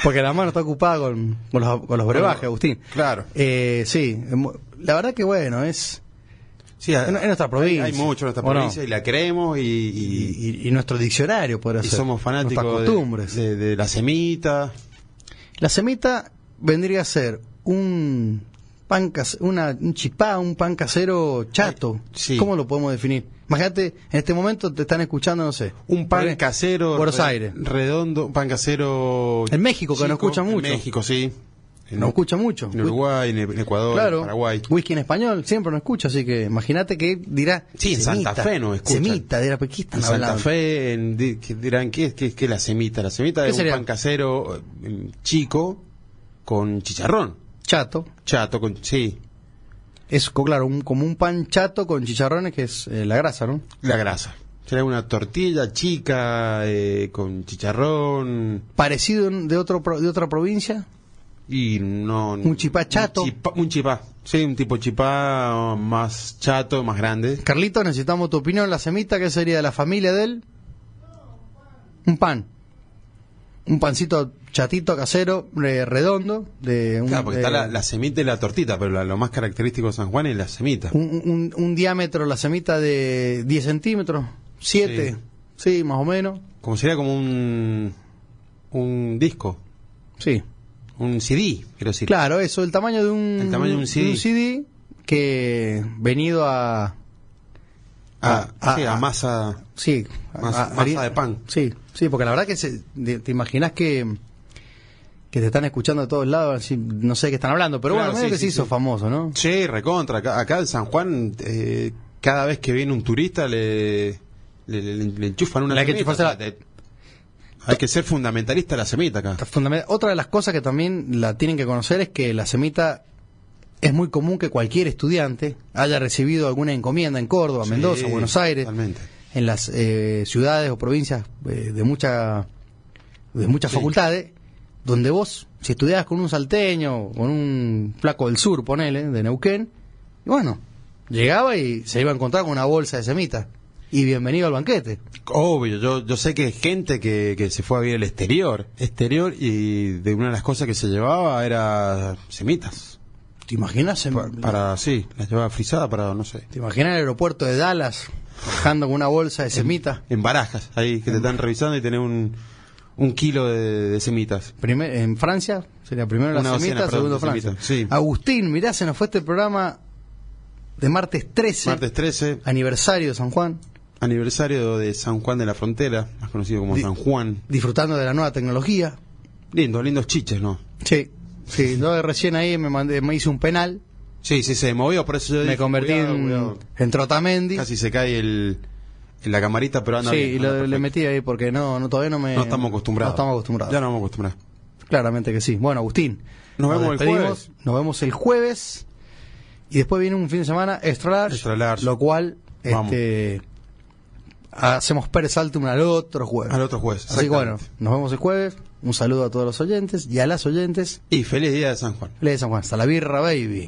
F: Porque la mano está ocupada con, con los, con los brebajes, Agustín.
G: Claro.
F: Eh, sí, es mu- la verdad que bueno, es...
G: Sí,
F: En- en nuestra provincia.
G: Hay, hay mucho en nuestra
F: ¿O no?
G: provincia y la creemos y, y-
F: Y, y nuestro diccionario podría
G: y
F: ser.
G: somos fanáticos
F: Nuestras
G: de-
F: costumbres.
G: De, de la semita.
F: La semita vendría a ser un pan cas- una, un chipá, un pan casero chato.
G: Sí.
F: ¿Cómo lo podemos definir? Imagínate, en este momento te están escuchando, no sé.
G: Un pan
F: Porque-
G: casero
F: Buenos
G: re-
F: Aires.
G: redondo, un pan casero
F: En México, que no escucha
G: en
F: mucho.
G: México, sí. En-
F: No escucha mucho.
G: En Uruguay, en, en Ecuador,
F: claro,
G: en Paraguay.
F: whisky en español, siempre no escucha, así que imagínate que dirá.
G: Sí, en
F: semita,
G: Santa Fe no escuchan.
F: Semita, dirá, ¿pero qué están
G: En Santa
F: hablando?
G: Fe en- di- que dirán, ¿qué es qué, qué es la semita? La semita
F: ¿Qué
G: es un
F: sería?
G: pan casero eh, chico con chicharrón.
F: Chato.
G: Chato, con sí,
F: Es, co- claro, un- como un pan chato con chicharrones, que es eh, la grasa, ¿no?
G: la grasa. Será una tortilla chica eh, con chicharrón
F: Parecido en- de, otro, pro- de otra provincia.
G: y no...
F: Un chipá chato.
G: Un chipá, un chipá. sí, un tipo chipá oh, más chato, más grande.
F: Carlito, necesitamos tu opinión. La semita, ¿qué sería? ¿La familia de él? Un pan. Un pancito chatito, casero, eh, redondo. De un,
G: Claro, porque está
F: eh,
G: la, la semita y la tortita, pero la- lo más característico de San Juan es la semita.
F: un, un- un diámetro, la semita de 10 centímetros, 7, sí. más o menos,
G: Como sería como un, un disco,
F: sí.
G: un CD, quiero decir.
F: Claro, eso, el tamaño de un,
G: El tamaño de un CD.
F: que venido a...
G: Ah,
F: Ah,
G: sí,
F: ah,
G: a masa.
F: Sí,
G: Masa- masa
F: haría-
G: de pan.
F: Sí, sí, porque la verdad que se- de- te imaginas que, que te están escuchando de todos lados, así, no sé de qué están hablando, pero
G: Claro,
F: bueno, medio
G: sí,
F: que
G: sí,
F: se hizo
G: sí.
F: famoso, ¿no?
G: Sí, recontra. Acá, acá en San Juan, eh, cada vez que viene un turista, le, le, le- le enchufan una
F: Le hay que
G: semita,
F: enchufarse la-
G: o sea, te- hay que ser fundamentalista de la semita acá.
F: Está fundamental. Otra de las cosas que también la tienen que conocer es que la semita es muy común que cualquier estudiante haya recibido alguna encomienda en Córdoba, Mendoza,
G: Sí,
F: Buenos Aires,
G: Totalmente.
F: en las eh, ciudades o provincias eh, de mucha de muchas
G: Sí.
F: facultades, donde vos, si estudiabas con un salteño, con un flaco del sur, ponele, de Neuquén, y bueno, llegaba y se iba a encontrar con una bolsa de semita. Y bienvenido al banquete.
G: Obvio, yo, yo sé que es gente que, que se fue a vivir al exterior, exterior, y de una de las cosas que se llevaba era semitas.
F: ¿Te imaginas? sem-
G: Pa- Para, sí, las llevaba frisada para, no sé,
F: ¿Te imaginas el aeropuerto de Dallas bajando con una bolsa de semita?
G: en barajas, ahí
F: Mm.
G: que te están revisando y tenés un, un kilo de, de semitas.
F: Primer- en Francia sería primero la
G: Una docena,
F: semita,
G: perdón,
F: segundo
G: de
F: Francia.
G: semita, sí.
F: Agustín, mirá, se nos fue este programa de martes 13,
G: Martes 13,
F: aniversario de San Juan,
G: aniversario de San Juan de la Frontera, más conocido como
F: Di-
G: San Juan.
F: disfrutando de la nueva tecnología.
G: Lindos, lindos chiches, ¿no?
F: Sí, sí, yo recién ahí me, mandé, me hice un penal,
G: Sí, sí, se movió, por eso yo
F: me
G: dije,
F: convertí
G: cuidado,
F: en,
G: cuidado.
F: en Trotamendi.
G: Casi se cae el, en la camarita, pero anda
F: sí,
G: bien,
F: y
G: anda
F: lo- le
G: perfecto.
F: metí ahí porque no, no todavía no me...
G: No estamos acostumbrados.
F: No estamos acostumbrados.
G: Ya no vamos acostumbrados.
F: Claramente que sí. Bueno, Agustín.
G: Nos vemos el
F: despedimos,
G: jueves.
F: Nos vemos el jueves. Y después viene un fin de semana extra large.
G: Extra large.
F: Lo cual
G: Vamos.
F: este, hacemos persaltum al otro jueves.
G: Al otro jueves,
F: Así que bueno,
G: exactamente.
F: nos vemos el jueves. Un saludo a todos los oyentes y a las oyentes.
G: Y feliz día de San Juan.
F: Le de San Juan. Hasta la birra, baby.